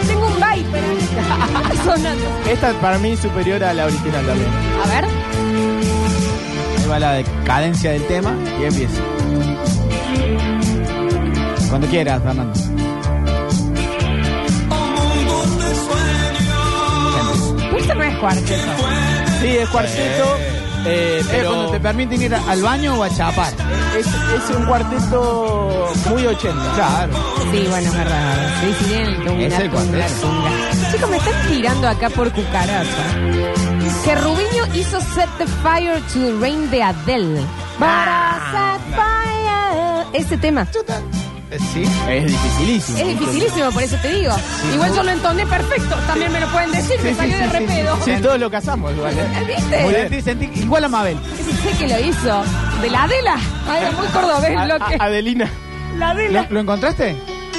S1: Tengo un viper ahí. sonando.
S4: Esta para mí es superior a la original también.
S1: A ver.
S3: Ahí va la decadencia del tema y empieza. Cuando quieras, Fernando.
S1: Pero esto no es cuarteto.
S3: Sí, es cuarteto. eh, pero
S4: pero-
S3: cuando te permiten ir al baño o a chapar.
S4: Es, es un cuarteto muy 80.
S3: Claro.
S1: Sí, bueno, es verdad. Sí, sí, bien. Tunga,
S4: Es el
S1: tunga,
S4: cuarteto.
S1: tunga. Chicos, me están tirando acá por cucaracha. Que Rubiño hizo Set the Fire to the Rain de Adele. Para
S4: Ah,
S1: set fire. Ese tema.
S3: Eh, Sí.
S4: Es dificilísimo.
S1: Es dificilísimo, por eso te digo. Igual yo lo entendí perfecto. También me lo pueden decir, me salió de repedo.
S4: Sí, todos lo casamos igual. ¿eh?
S1: ¿Viste?
S4: Muy
S3: Sentí- sentí igual a Mabel.
S1: Ese sé que lo hizo. De la Adela. Ay, era muy cordobés,
S4: A-
S1: bloque.
S4: a- Adelina.
S1: La Adela.
S3: ¿Lo, lo encontraste?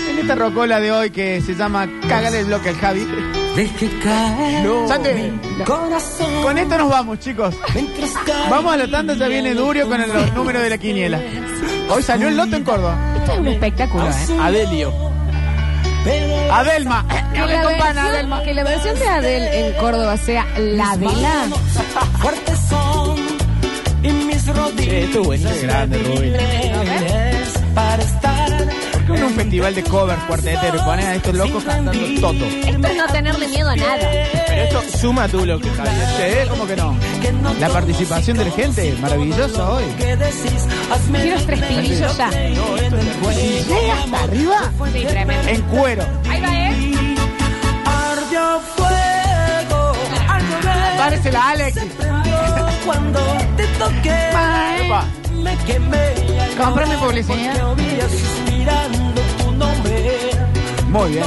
S3: En esta rocola de hoy que se llama Cágale el bloque al Javi. No. Santi, Con esto nos vamos, chicos. Vamos a la tanda, ya viene Durio con el- los números de la quiniela. Hoy salió el loto en Córdoba.
S1: Esto es un espectáculo, ¿eh?
S4: Adelio.
S3: Adelma.
S1: Que la, versión, que la versión de Adele en Córdoba sea la Adela.
S5: Fuertes son y mis rodillas.
S3: Eh,
S4: Esto es buenísimo. Grande,
S5: Para estar
S3: ¿Por qué en un festival de cover cuartetero ponen a estos locos cantando Toto?
S1: Esto es no tenerle miedo a nada.
S4: Pero esto suma tú lo que Javier.
S3: Sí, ¿cómo que no? La participación de la gente, maravillosa hoy.
S5: que decís, hazme
S1: Quiero tres pibillos ya.
S3: ¿Llega hasta arriba?
S1: Pues Sí, tremendo.
S3: En cuero.
S1: Ahí va, ¿eh?
S5: ardió fuego. Al llover
S3: Páresela, Alex.
S5: se prendió cuando te toqué.
S3: Epa.
S5: Me quemé. al
S3: Cómprame
S5: llorar
S3: publicidad.
S5: porque oía suspirando tu nombre.
S3: Muy bien.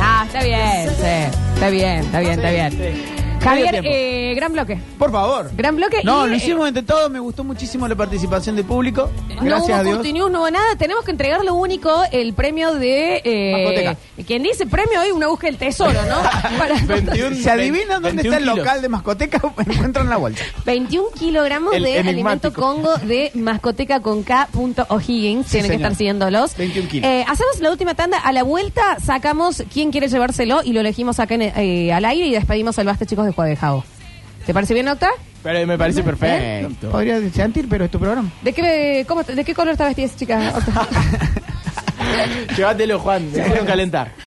S1: Ah, está bien, sí. Está bien, está bien, está bien. Javier,
S3: tiempo.
S1: eh, gran bloque.
S3: Por favor.
S1: Gran bloque.
S3: No,
S1: y,
S3: lo
S1: eh,
S3: hicimos entre todos. Me gustó muchísimo la participación del público.
S1: No
S3: Gracias
S1: hubo
S3: a Dios.
S1: Curti News, no hubo nada. Tenemos que entregar lo único, el premio de... Eh, quien dice premio hoy, una busca el tesoro, ¿no? Para-
S4: 21,
S3: Si adivinan dónde
S4: 21
S3: está el
S4: kilos.
S3: local de mascoteca, encuentran la vuelta.
S1: 21 kilogramos
S3: El
S1: de alimento
S3: enigmático.
S1: congo de mascoteca con K. O'Higgins.
S3: Sí,
S1: Tienen que
S3: señor.
S1: estar siguiéndolos.
S3: 21 kilos.
S1: Eh, hacemos la última tanda. A la vuelta sacamos quién quiere llevárselo y lo elegimos acá en, eh, al aire y despedimos al Basta Chicos de Jueves Javo. ¿Te parece bien, Octa?
S4: Pero me parece
S3: No,
S4: perfecto.
S3: Podría sentir, pero es tu programa.
S1: ¿De qué, cómo, ¿De qué color está vestida esa chica, Octa?
S4: Llévatelo, Juan. Te quiero calentar.